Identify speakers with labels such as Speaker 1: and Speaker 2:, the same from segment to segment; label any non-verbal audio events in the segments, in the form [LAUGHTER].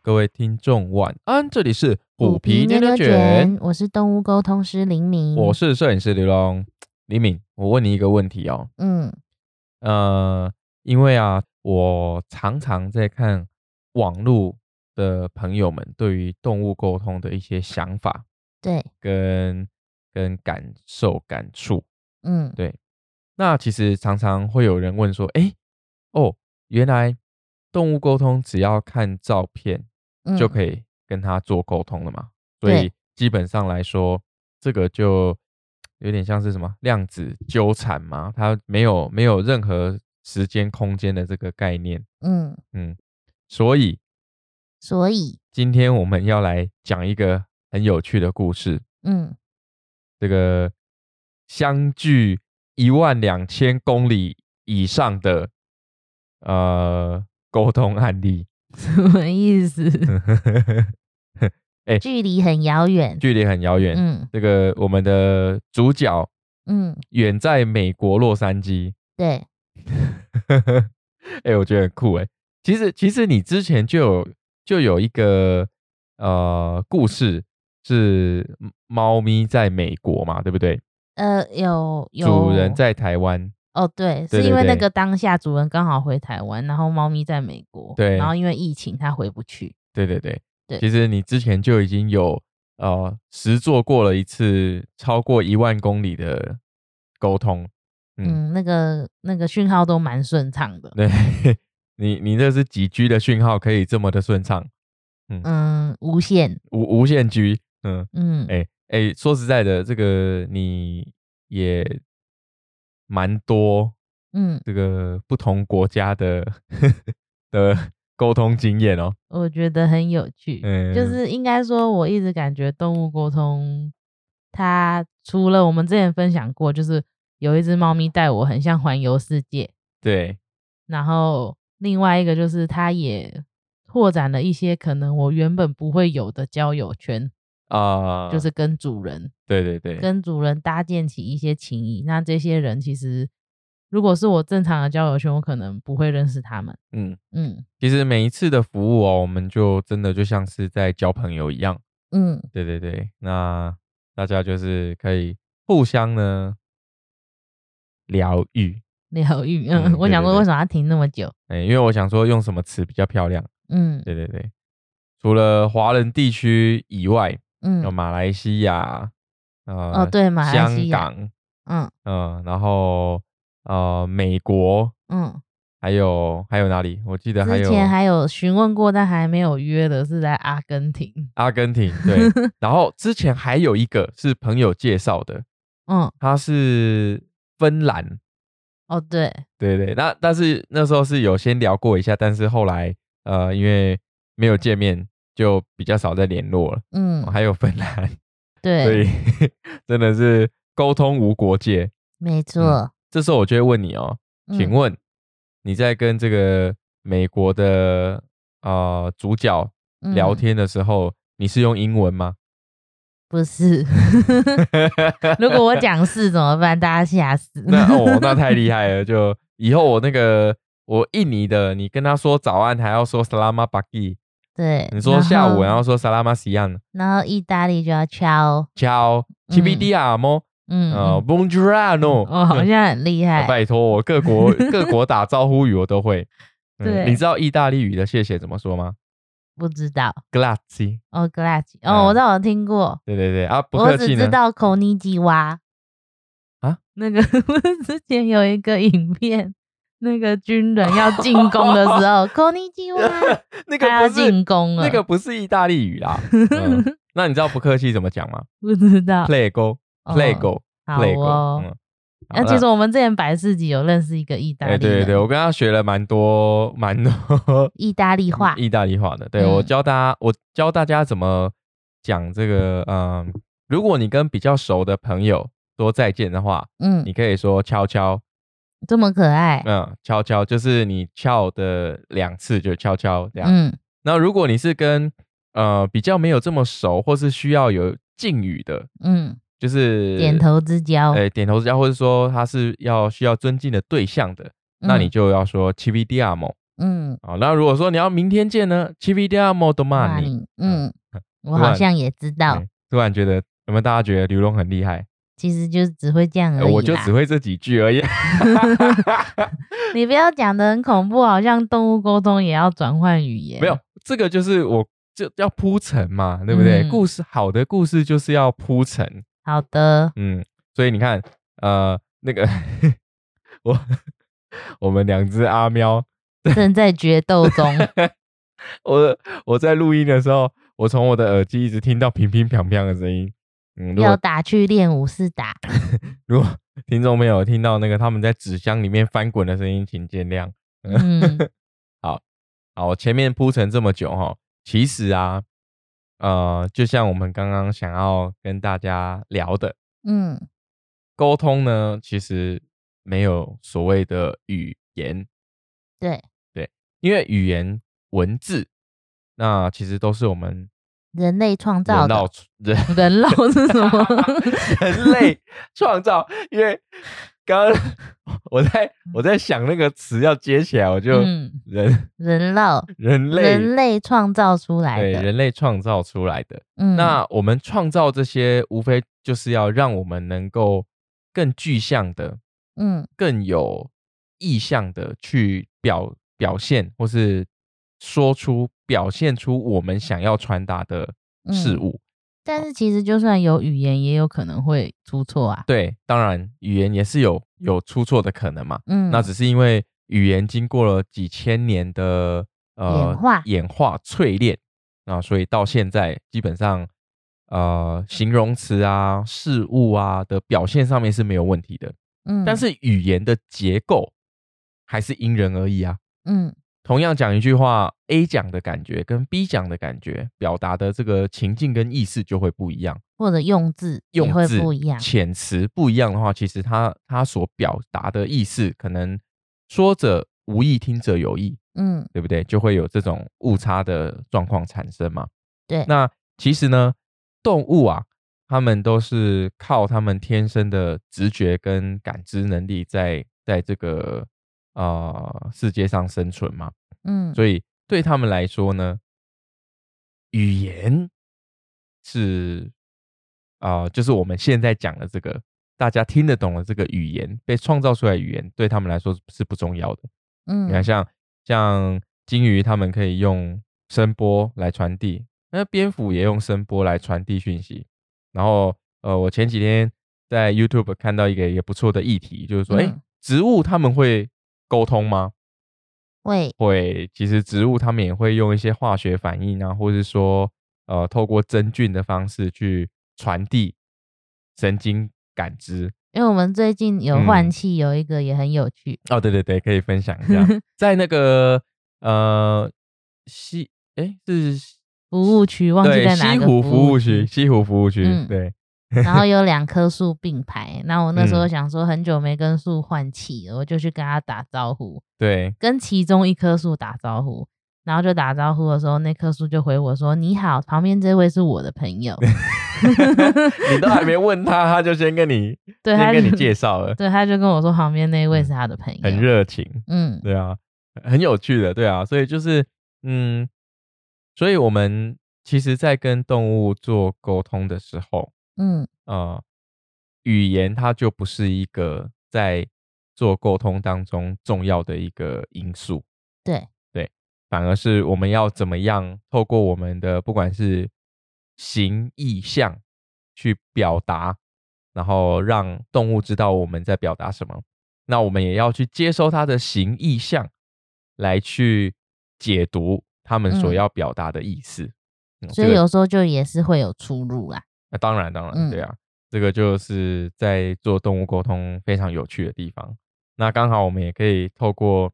Speaker 1: 各位听众晚安，这里是虎皮妞妞卷，，
Speaker 2: 我是动物沟通师林明，
Speaker 1: 我是摄影师刘龙。李敏，我问你一个问题哦，
Speaker 2: 嗯
Speaker 1: 呃，因为啊，我常常在看网络的朋友们对于动物沟通的一些想法
Speaker 2: 对
Speaker 1: 跟跟感受感触，
Speaker 2: 嗯
Speaker 1: 对，那其实常常会有人问说，诶，哦，原来动物沟通只要看照片
Speaker 2: 嗯
Speaker 1: 就
Speaker 2: 以
Speaker 1: 可以跟他做沟通了嘛。所
Speaker 2: 对
Speaker 1: 以基本上来说，这个就有点像是什么量子纠缠嘛，它没有没有任何时间空间的这个概念。
Speaker 2: 嗯，
Speaker 1: 嗯，所以
Speaker 2: 所以
Speaker 1: 今天我们要来讲一个很有趣的故事， [LAUGHS]
Speaker 2: 嗯
Speaker 1: 这个相距一万两千公里以上的呃沟通案例。
Speaker 2: 什么意
Speaker 1: [LAUGHS]
Speaker 2: 思？距离很遥远，
Speaker 1: 哎距离很遥远，
Speaker 2: 嗯
Speaker 1: 这个我们的主角
Speaker 2: 嗯
Speaker 1: 远在美国洛杉矶，
Speaker 2: 对，
Speaker 1: 哎、我觉得很酷哎、其实其实你之前就有就有一个呃故事是猫咪在美国嘛，对不对？
Speaker 2: 呃有有
Speaker 1: 主人在台湾，
Speaker 2: 哦对，
Speaker 1: 对
Speaker 2: 是因为
Speaker 1: 对
Speaker 2: 那
Speaker 1: 对
Speaker 2: 个当下主人刚好回台湾，然后猫咪在美国，
Speaker 1: 对
Speaker 2: 然后因为疫情它回不去，
Speaker 1: 对对对。
Speaker 2: 对
Speaker 1: 其实你之前就已经有呃实做过了一次超过一万公里的沟通，嗯
Speaker 2: 嗯，那个那个讯号都蛮顺畅的，
Speaker 1: 对 [LAUGHS] 你你这是几 G 的讯号可以这么的顺畅，
Speaker 2: 嗯，无线，
Speaker 1: 无无限 G，嗯，
Speaker 2: 嗯，
Speaker 1: 哎、哎、说实在的，这个你也蛮多
Speaker 2: 嗯，
Speaker 1: 这个不同国家的 [LAUGHS] 的沟通经验哦。
Speaker 2: 我觉得很有趣，
Speaker 1: 嗯
Speaker 2: 就是应该说，我一直感觉动物沟通，它除了我们之前分享过，就是有一只猫咪带我很像环游世界，
Speaker 1: 对，
Speaker 2: 然后另外一个就是它也拓展了一些可能我原本不会有的交友圈，
Speaker 1: 啊、
Speaker 2: 就是跟主人
Speaker 1: 对对对，
Speaker 2: 跟主人搭建起一些情谊。那这些人其实如果是我正常的交友圈，我可能不会认识他们。
Speaker 1: 嗯，
Speaker 2: 嗯
Speaker 1: 其实每一次的服务哦，我们就真的就像是在交朋友一样。
Speaker 2: 嗯，
Speaker 1: 对对对，那大家就是可以互相呢疗愈，
Speaker 2: [LAUGHS] 疗愈。
Speaker 1: 嗯
Speaker 2: 嗯，我
Speaker 1: 对
Speaker 2: 想
Speaker 1: 对
Speaker 2: 说为
Speaker 1: 对
Speaker 2: 什么要停那么久？
Speaker 1: 哎、因为我想说用什么词比较漂亮。
Speaker 2: 嗯
Speaker 1: 对对对，除了华人地区以外，有
Speaker 2: 嗯，
Speaker 1: 马来西亚，呃，
Speaker 2: 哦对，马来
Speaker 1: 香
Speaker 2: 西亚，
Speaker 1: 港，
Speaker 2: 嗯
Speaker 1: 嗯、然后呃，美国，
Speaker 2: 嗯，
Speaker 1: 还有还有哪里？我记得还
Speaker 2: 之
Speaker 1: 有
Speaker 2: 前还有询问过，但还没有约的是在阿根廷。
Speaker 1: 阿根廷，
Speaker 2: [LAUGHS]
Speaker 1: 对，然后之前还有一个是朋友介绍的，
Speaker 2: 嗯，
Speaker 1: 他是芬兰，
Speaker 2: 哦对，
Speaker 1: 对对，那但是那时候是有先聊过一下，但是后来呃，因为没有见面，就比较少再联络了。
Speaker 2: 嗯
Speaker 1: 哦还有芬兰，所
Speaker 2: 对，
Speaker 1: 以 [LAUGHS] 真的是沟通无国界。嗯
Speaker 2: 没错。
Speaker 1: 这时候我就会问你哦，请
Speaker 2: 嗯
Speaker 1: 问你在跟这个美国的呃主角聊
Speaker 2: 嗯
Speaker 1: 天的时候，你是用英文
Speaker 2: [LAUGHS]
Speaker 1: 吗？
Speaker 2: 不是？ [LAUGHS] 如果我讲是怎么办？大家吓死。
Speaker 1: 那哦，那太厉害了！就以后我那个我印尼的，你跟他说早安，还要说 salama bagi，
Speaker 2: 对，
Speaker 1: 你说下午，然
Speaker 2: 然
Speaker 1: 后
Speaker 2: 后
Speaker 1: 说 salama siang，
Speaker 2: 然后意大利就要敲，
Speaker 1: ciao
Speaker 2: 嗯
Speaker 1: c b d a mo，
Speaker 2: 嗯，
Speaker 1: 呃
Speaker 2: 嗯
Speaker 1: b o n j o u r a n o
Speaker 2: 哦，好像很厉害。
Speaker 1: 拜托我，各
Speaker 2: [LAUGHS]
Speaker 1: 国各国打招呼语我都会。嗯
Speaker 2: 对
Speaker 1: 你知道意大利语的谢谢怎么说吗
Speaker 2: 不知道
Speaker 1: ？Grazie。
Speaker 2: 哦，glass，哦，我
Speaker 1: 嗯
Speaker 2: 倒有听过，
Speaker 1: 对对对啊，不
Speaker 2: 我
Speaker 1: 客
Speaker 2: 只
Speaker 1: 气
Speaker 2: 知
Speaker 1: 呢。
Speaker 2: 道口尼基蛙
Speaker 1: 啊，
Speaker 2: 那个 [LAUGHS] 之前有一个影片，那个军人要
Speaker 1: [LAUGHS]
Speaker 2: 进攻的时候，口尼基蛙
Speaker 1: 那
Speaker 2: 他要
Speaker 1: 个不是
Speaker 2: 进攻了，
Speaker 1: 那个不是意大利语啦。
Speaker 2: [LAUGHS]
Speaker 1: 嗯那你知道不客气怎么讲吗
Speaker 2: 不知道。
Speaker 1: ？Play go
Speaker 2: 哦
Speaker 1: play go
Speaker 2: 好
Speaker 1: play go。
Speaker 2: 哦
Speaker 1: 嗯，好
Speaker 2: 那其实我们之前百事集有认识一个意大
Speaker 1: 哎，
Speaker 2: 利人，
Speaker 1: 对对对，我跟他学了蛮多蛮多
Speaker 2: 意大利话，
Speaker 1: [LAUGHS] 意大利话的。对我
Speaker 2: 嗯
Speaker 1: 教大家，我教大家怎么讲这个。嗯，如果你跟比较熟的朋友说再见的话，
Speaker 2: 嗯
Speaker 1: 你，可以说悄悄。
Speaker 2: 这么可爱，
Speaker 1: 嗯，悄悄就是你翘的两次就悄悄这样。
Speaker 2: 嗯
Speaker 1: 那如果你是跟呃比较没有这么熟，或是需要有敬语的，
Speaker 2: 嗯，
Speaker 1: 就是
Speaker 2: 点，头之交
Speaker 1: 哎、，点头之交，或者说他是要需要尊敬的对象的，那
Speaker 2: 嗯
Speaker 1: 你就要说 “chividiamo”，
Speaker 2: 嗯，
Speaker 1: 好，哦那如果说你要明天见呢 c h i v i d i a m o d o m a
Speaker 2: 骂
Speaker 1: n i
Speaker 2: 你，嗯，我
Speaker 1: 突
Speaker 2: 好
Speaker 1: 然
Speaker 2: 像也知道，
Speaker 1: 突然觉得有没有大家觉得刘龙很厉害？
Speaker 2: 其实就是只会这样
Speaker 1: 呃
Speaker 2: 而已啦。
Speaker 1: 我就只会这几句而已。
Speaker 2: 你不要讲的很恐怖，好像动物沟通也要转换语言。
Speaker 1: 没有，，这个就是我就要铺陈嘛，对不对？
Speaker 2: 嗯
Speaker 1: 故事好的故事就是要铺陈，
Speaker 2: 好的，
Speaker 1: 嗯，所以你看，呃，那个 [LAUGHS] 我我们两只阿喵，
Speaker 2: 正在决斗中。
Speaker 1: 我我在录音的时候，我从我的耳机一直听到乒乒乓乓的声音，嗯， [LAUGHS] 如
Speaker 2: 要
Speaker 1: 果
Speaker 2: 打去练武
Speaker 1: [LAUGHS]
Speaker 2: 是打，
Speaker 1: 如果 [LAUGHS] 听众朋友听到那个他们在纸箱里面翻滚的声音，请见谅。
Speaker 2: 嗯，
Speaker 1: 好，我前面铺陈这么久哈，其实啊，呃，就像我们刚刚想要跟大家聊的，
Speaker 2: 嗯，
Speaker 1: 沟通呢，其实没有所谓的语言，
Speaker 2: 对，
Speaker 1: 因为语言文字，那其实都是我们
Speaker 2: 人类创造
Speaker 1: 人
Speaker 2: 的
Speaker 1: 道人
Speaker 2: [LAUGHS] 人肉是什么？
Speaker 1: 人类创造，因为刚刚我在我在想那个词要接起来，我 [LAUGHS] 就
Speaker 2: 嗯，
Speaker 1: 人
Speaker 2: 人肉，
Speaker 1: 人类
Speaker 2: 人类创造出来
Speaker 1: 对
Speaker 2: 的。
Speaker 1: 人类创造出来的。
Speaker 2: 嗯，
Speaker 1: 那我们创造这些，无非就是要让我们能够更具象的、
Speaker 2: 嗯
Speaker 1: 更有意向的去表表现，或是说出、表现出我们想要传达的事
Speaker 2: 嗯
Speaker 1: 物。
Speaker 2: 但是其实就算有语言，也有可能会出错啊。
Speaker 1: 对，当然语言也是有有出错的可能嘛。
Speaker 2: 嗯，
Speaker 1: 那只是因为语言经过了几千年的呃
Speaker 2: 演化
Speaker 1: 演化淬炼啊，所以到现在基本上呃形容词啊、事物啊的表现上面是没有问题的，
Speaker 2: 嗯，
Speaker 1: 但是语言的结构还是因人而异啊。
Speaker 2: 嗯
Speaker 1: 同样讲一句话，A 讲的感觉跟 B 讲的感觉，表达的这个情境跟意思就会不一样，
Speaker 2: 或者用字也
Speaker 1: 用
Speaker 2: 会
Speaker 1: 字
Speaker 2: 不一样。
Speaker 1: 遣词不一样的话，其实它它所表达的意思，可能说者无意，听者有意，
Speaker 2: 嗯，
Speaker 1: 对不对？就会有这种误差的状况产生嘛。
Speaker 2: 对
Speaker 1: 那其实呢，动物啊，它们都是靠它们天生的直觉跟感知能力在，在这个呃世界上生存嘛。
Speaker 2: 嗯，
Speaker 1: 所以对他们来说呢，语言是啊、呃就是我们现在讲的这个大家听得懂的这个语言，被创造出来的语言对他们来说是不重要的。
Speaker 2: 嗯，
Speaker 1: 你看像，像鲸鱼，他们可以用声波来传递，那蝙蝠也用声波来传递讯息。然后，呃，我前几天在 YouTube 看到一个也不错的议题，就是说，哎、
Speaker 2: 嗯
Speaker 1: 植物他们会沟通吗？
Speaker 2: 会，
Speaker 1: 会，其实植物它们也会用一些化学反应啊，或是说，呃，透过真菌的方式去传递神经感知。
Speaker 2: 因为我们最近有
Speaker 1: 嗯
Speaker 2: 换气，有一个也很有趣。
Speaker 1: 哦，对对对，可以分享一
Speaker 2: [LAUGHS]
Speaker 1: 下，在那个呃西哎是西
Speaker 2: 服务区忘记
Speaker 1: 对
Speaker 2: 在哪
Speaker 1: 西
Speaker 2: 个
Speaker 1: 湖服务
Speaker 2: 区
Speaker 1: 区，，西湖服务区、
Speaker 2: 嗯
Speaker 1: 对，
Speaker 2: 然
Speaker 1: [LAUGHS]
Speaker 2: 后有两棵树并排。那我那时候
Speaker 1: 嗯
Speaker 2: 想说，很久没跟树换气了，我就去跟它打招呼，
Speaker 1: 对，
Speaker 2: 跟其中一棵树打招呼。然后就打招呼的时候，那棵树就回我说：“你好，旁边这位是我的
Speaker 1: [LAUGHS]
Speaker 2: 朋友。
Speaker 1: 你都还没问他，他就先跟你”
Speaker 2: [LAUGHS] 对，他
Speaker 1: 先
Speaker 2: 就，
Speaker 1: 跟你介绍了
Speaker 2: [LAUGHS] 对，他就跟我说旁边那位是他的朋友。
Speaker 1: 很，热情，
Speaker 2: 嗯
Speaker 1: 对啊，很有趣的，对啊，所以就是嗯，所以我们其实，在跟动物做沟通的时候，
Speaker 2: 嗯
Speaker 1: 呃，语言它就不是一个在做沟通当中重要的一个因素，
Speaker 2: 对
Speaker 1: 对，反而是我们要怎么样透过我们的不管是形意象去表达，然后让动物知道我们在表达什么，那我们也要去接收它的形意象，来去解读他们所
Speaker 2: 嗯
Speaker 1: 要表达的意思。嗯
Speaker 2: 所
Speaker 1: 这
Speaker 2: 以
Speaker 1: 个
Speaker 2: 有时候就也是会有出入啦。
Speaker 1: 那当然，当然，对
Speaker 2: 嗯
Speaker 1: 啊，这个就是在做动物沟通非常有趣的地方。那刚好我们也可以透过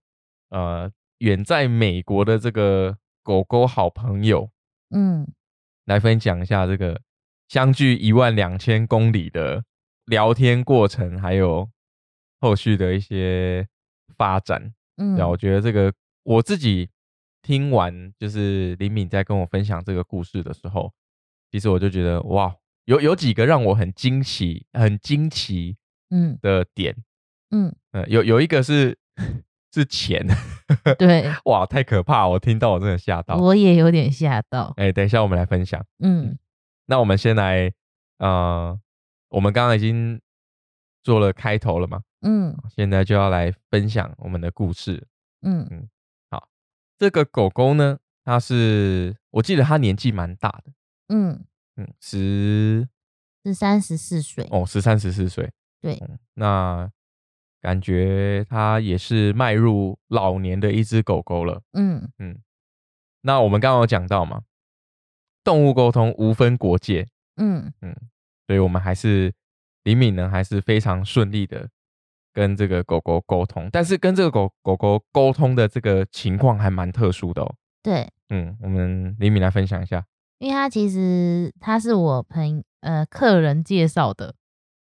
Speaker 1: 呃远在美国的这个狗狗好朋友
Speaker 2: 嗯，
Speaker 1: 来分享一下这个相距一万两千公里的聊天过程，还有后续的一些发展。
Speaker 2: 嗯
Speaker 1: 对、啊，我觉得这个我自己听完，就是李敏在跟我分享这个故事的时候，其实我就觉得哇，有有几个让我很惊喜、很惊奇
Speaker 2: 嗯
Speaker 1: 的点。呃
Speaker 2: 嗯
Speaker 1: 嗯，有有一个是 [LAUGHS] 是钱， [LAUGHS]
Speaker 2: 对，
Speaker 1: 哇，太可怕！我听到我真的吓到。
Speaker 2: 我也有点吓到。
Speaker 1: 哎、等一下我们来分享。
Speaker 2: 嗯
Speaker 1: 那我们先来，呃，我们刚刚已经做了开头了嘛，
Speaker 2: 嗯
Speaker 1: 现在就要来分享我们的故事。
Speaker 2: 嗯
Speaker 1: 这个狗狗呢，它是我记得它年纪蛮大的，
Speaker 2: 嗯，
Speaker 1: 嗯，十
Speaker 2: 是三十四岁。
Speaker 1: 哦十三十四岁，
Speaker 2: 对
Speaker 1: 嗯那感觉它也是迈入老年的一只狗狗了。
Speaker 2: 嗯
Speaker 1: 那我们刚刚有讲到嘛，动物沟通无分国界，
Speaker 2: 嗯
Speaker 1: 所以我们还是李敏呢，还是非常顺利的跟这个狗狗沟通，但是跟这个狗狗狗沟通的这个情况还蛮特殊的哦。
Speaker 2: 对，
Speaker 1: 嗯，我们李敏来分享一下。
Speaker 2: 因为他其实他是我朋呃客人介绍的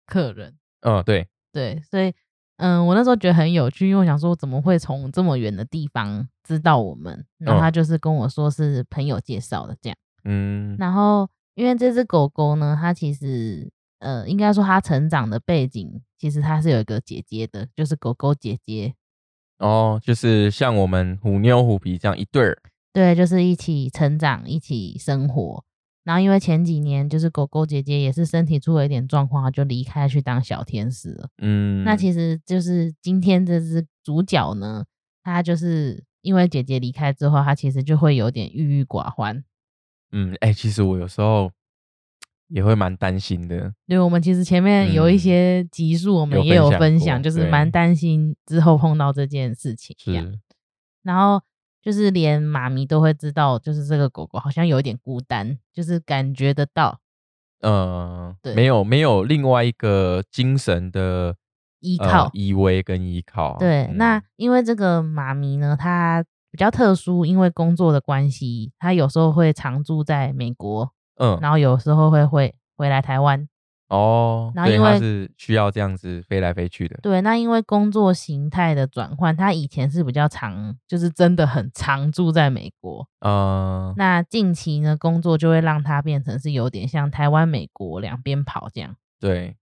Speaker 2: 客人，
Speaker 1: 嗯，对，
Speaker 2: 对，所以嗯，我那时候觉得很有趣，因为我想说怎么会从这么远的地方知道我们，然后
Speaker 1: 嗯
Speaker 2: 他就是跟我说是朋友介绍的这样。
Speaker 1: 嗯
Speaker 2: 然后因为这只狗狗呢，它其实呃，应该说它成长的背景，其实它是有一个姐姐的，就是狗狗姐姐，
Speaker 1: 哦，就是像我们虎妞虎皮这样一对儿，
Speaker 2: 对，就是一起成长，一起生活。然后因为前几年就是狗狗姐姐也是身体出了一点状况，她就离开去当小天使了。
Speaker 1: 嗯，
Speaker 2: 那其实就是今天这只主角呢，她就是因为姐姐离开之后，她其实就会有点郁郁寡欢。
Speaker 1: 嗯，哎、其实我有时候也会蛮担心的，
Speaker 2: 对，我们其实前面有一
Speaker 1: 嗯
Speaker 2: 些集数，我们
Speaker 1: 有
Speaker 2: 也有
Speaker 1: 分享
Speaker 2: 分
Speaker 1: 过
Speaker 2: 享，就是
Speaker 1: 对
Speaker 2: 蛮担心之后碰到这件事情这样。
Speaker 1: 是，
Speaker 2: 然后就是连妈咪都会知道，就是这个狗狗好像有一点孤单，就是感觉得到
Speaker 1: 呃，
Speaker 2: 对
Speaker 1: 没有没有另外一个精神的
Speaker 2: 依
Speaker 1: 呃
Speaker 2: 靠。
Speaker 1: 依偎跟依靠，
Speaker 2: 对，
Speaker 1: 嗯
Speaker 2: 那因为这个妈咪呢，她比较特殊，因为工作的关系，她有时候会常住在美国，
Speaker 1: 嗯，
Speaker 2: 然后有时候会会回来台湾。
Speaker 1: 哦，
Speaker 2: 然后
Speaker 1: 对
Speaker 2: 因
Speaker 1: 它
Speaker 2: 为
Speaker 1: 是需要这样子飞来飞去的，
Speaker 2: 对，那因为工作形态的转换，她以前是比较常，就是真的很常住在美国。
Speaker 1: 嗯、
Speaker 2: 那近期呢，工作就会让她变成是有点像台湾、美国两边跑这样。
Speaker 1: 对，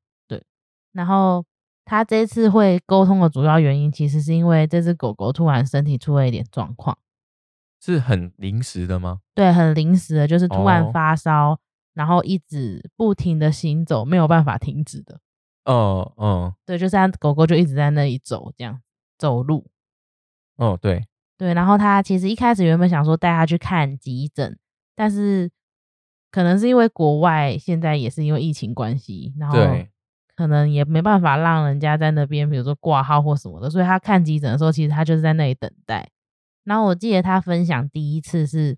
Speaker 2: 然后他这次会沟通的主要原因，其实是因为这只狗狗突然身体出了一点状况，
Speaker 1: 是很临时的吗？
Speaker 2: 对，很临时的，就是突然
Speaker 1: 哦
Speaker 2: 发烧，然后一直不停的行走，没有办法停止的。
Speaker 1: 哦，哦，
Speaker 2: 对，就是它狗狗就一直在那里走，这样走路。
Speaker 1: 哦，对，
Speaker 2: 对，然后他其实一开始原本想说带他去看急诊，但是可能是因为国外现在也是因为疫情关系，然后
Speaker 1: 对，
Speaker 2: 可能也没办法让人家在那边，比如说挂号或什么的，所以他看急诊的时候，其实他就是在那里等待。然后我记得他分享第一次是，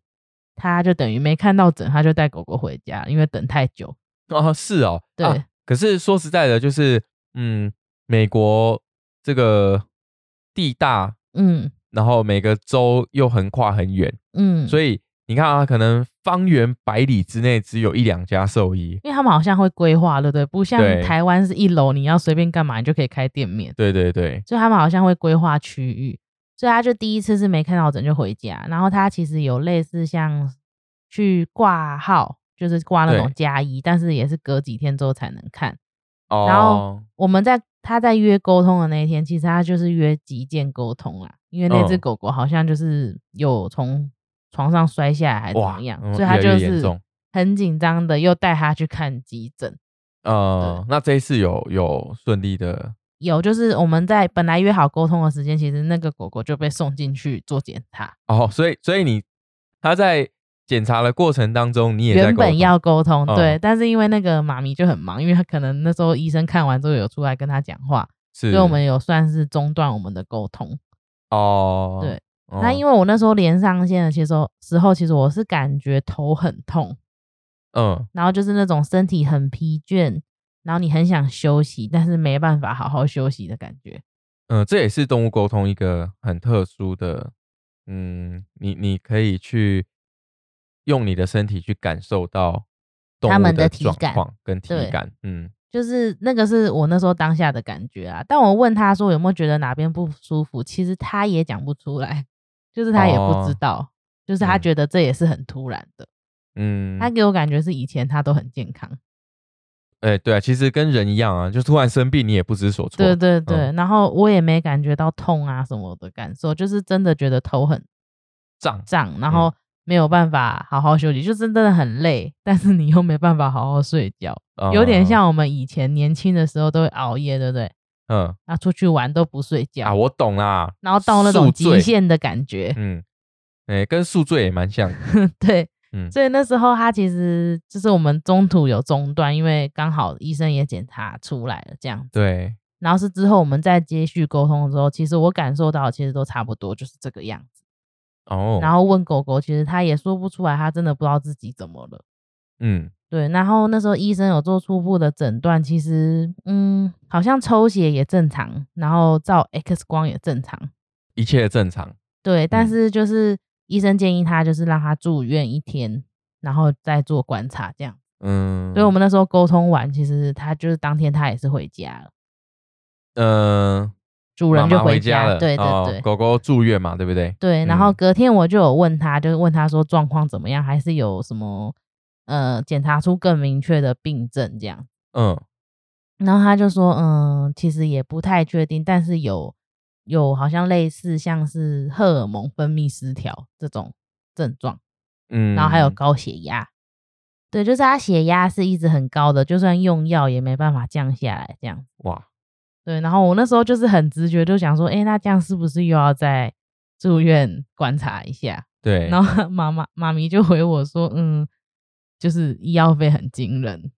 Speaker 2: 他就等于没看到诊，他就带狗狗回家，因为等太久。
Speaker 1: 哦，是哦，
Speaker 2: 对
Speaker 1: 啊可是说实在的，就是，嗯，美国这个地大，
Speaker 2: 嗯
Speaker 1: 然后每个州又横跨很远，
Speaker 2: 嗯，以
Speaker 1: 所以你看啊，可能方圆百里之内只有一两家兽医。
Speaker 2: 因为他们好像会规划，对不对？不像
Speaker 1: 对
Speaker 2: 台湾是一楼你要随便干嘛你就可以开店面，
Speaker 1: 对对对，
Speaker 2: 所以他们好像会规划区域。所以他就第一次是没看到诊就回家，然后他其实有类似像去挂号，就是挂那种
Speaker 1: 对
Speaker 2: 加医，但是也是隔几天之后才能看。
Speaker 1: 哦，
Speaker 2: 然后我们在他在约沟通的那一天，其实他就是约急件沟通啦，因为那只
Speaker 1: 嗯
Speaker 2: 狗狗好像就是有从床上摔下来还怎
Speaker 1: 哇
Speaker 2: 么样，
Speaker 1: 嗯
Speaker 2: 所以他
Speaker 1: 越来
Speaker 2: 就
Speaker 1: 越严
Speaker 2: 是
Speaker 1: 重
Speaker 2: 很紧张的，又带他去看急诊。
Speaker 1: 呃，那这一次有有顺利的，
Speaker 2: 有就是我们在本来约好沟通的时间，其实那个狗狗就被送进去做检查，
Speaker 1: 哦，所以所以你他在检查的过程当中，你也在
Speaker 2: 原
Speaker 1: 沟
Speaker 2: 本
Speaker 1: 通
Speaker 2: 要沟通，
Speaker 1: 嗯
Speaker 2: 对，但是因为那个妈咪就很忙，因为她可能那时候医生看完之后有出来跟她讲话，
Speaker 1: 是
Speaker 2: 所以我们有算是中断我们的沟通。
Speaker 1: 哦，
Speaker 2: 对
Speaker 1: 哦，
Speaker 2: 那因为我那时候连上线的其实时候，其实我是感觉头很痛，
Speaker 1: 嗯
Speaker 2: 然后就是那种身体很疲倦，然后你很想休息，但是没办法好好休息的感觉。
Speaker 1: 嗯，这也是动物沟通一个很特殊的，嗯，你你可以去用你的身体去感受到动
Speaker 2: 它
Speaker 1: 物
Speaker 2: 们的体
Speaker 1: 状
Speaker 2: 感
Speaker 1: 况跟体
Speaker 2: 对
Speaker 1: 感，嗯
Speaker 2: 就是那个是我那时候当下的感觉啊，但我问他说有没有觉得哪边不舒服，其实他也讲不出来，就是他也不知
Speaker 1: 哦
Speaker 2: 道，就是他
Speaker 1: 嗯
Speaker 2: 觉得这也是很突然的。
Speaker 1: 嗯，
Speaker 2: 他给我感觉是以前他都很健康，
Speaker 1: 哎，对啊，其实跟人一样啊，就突然生病你也不知所措。
Speaker 2: 对对对，然后我也没感觉到痛啊什么的感受，就是真的觉得头很
Speaker 1: 胀，
Speaker 2: 胀，然后没有办法好好休息，就真的很累，但是你又没办法好好睡觉，
Speaker 1: 哦
Speaker 2: 有点像我们以前年轻的时候都会熬夜，对不对？
Speaker 1: 嗯
Speaker 2: 啊，出去玩都不睡觉，
Speaker 1: 啊，我懂啦，
Speaker 2: 然后到那
Speaker 1: 宿
Speaker 2: 种
Speaker 1: 醉
Speaker 2: 极限的感觉，
Speaker 1: 嗯，哎，跟宿醉也蛮像的。
Speaker 2: [LAUGHS] 对。
Speaker 1: 嗯
Speaker 2: 所以那时候他其实就是我们中途有中断，因为刚好医生也检查出来了这样子。
Speaker 1: 对，
Speaker 2: 然后是之后我们再接续沟通的时候，其实我感受到其实都差不多就是这个样子。
Speaker 1: 哦，
Speaker 2: 然后问狗狗，其实它也说不出来，它真的不知道自己怎么了。
Speaker 1: 嗯，
Speaker 2: 对，然后那时候医生有做初步的诊断，其实嗯，好像抽血也正常，然后照 X 光也正常。
Speaker 1: 一切正常。
Speaker 2: 对，
Speaker 1: 嗯
Speaker 2: 但是就是医生建议他就是让他住院一天，然后再做观察这样。
Speaker 1: 嗯，
Speaker 2: 所以我们那时候沟通完，其实他就是当天他也是回家了，
Speaker 1: 嗯，
Speaker 2: 主人
Speaker 1: 妈
Speaker 2: 就
Speaker 1: 妈回
Speaker 2: 家。
Speaker 1: 了，
Speaker 2: 对对
Speaker 1: 哦
Speaker 2: 对、
Speaker 1: 狗狗住院嘛，对不对？
Speaker 2: 对。然
Speaker 1: 嗯
Speaker 2: 后隔天我就有问他，就是问他说状况怎么样，还是有什么呃检查出更明确的病症这样。
Speaker 1: 嗯，
Speaker 2: 然后他就说，嗯，其实也不太确定，但是有有好像类似像是荷尔蒙分泌失调这种症状。
Speaker 1: 嗯，
Speaker 2: 然后还有高血压。对，就是他血压是一直很高的，就算用药也没办法降下来，这样。
Speaker 1: 哇，
Speaker 2: 对，然后我那时候就是很直觉，就想说，哎，那这样是不是又要再住院观察一下？
Speaker 1: 对，
Speaker 2: 然后 [LAUGHS] 妈妈妈咪就回我说，嗯，就是医药费很
Speaker 1: [LAUGHS]
Speaker 2: 惊人。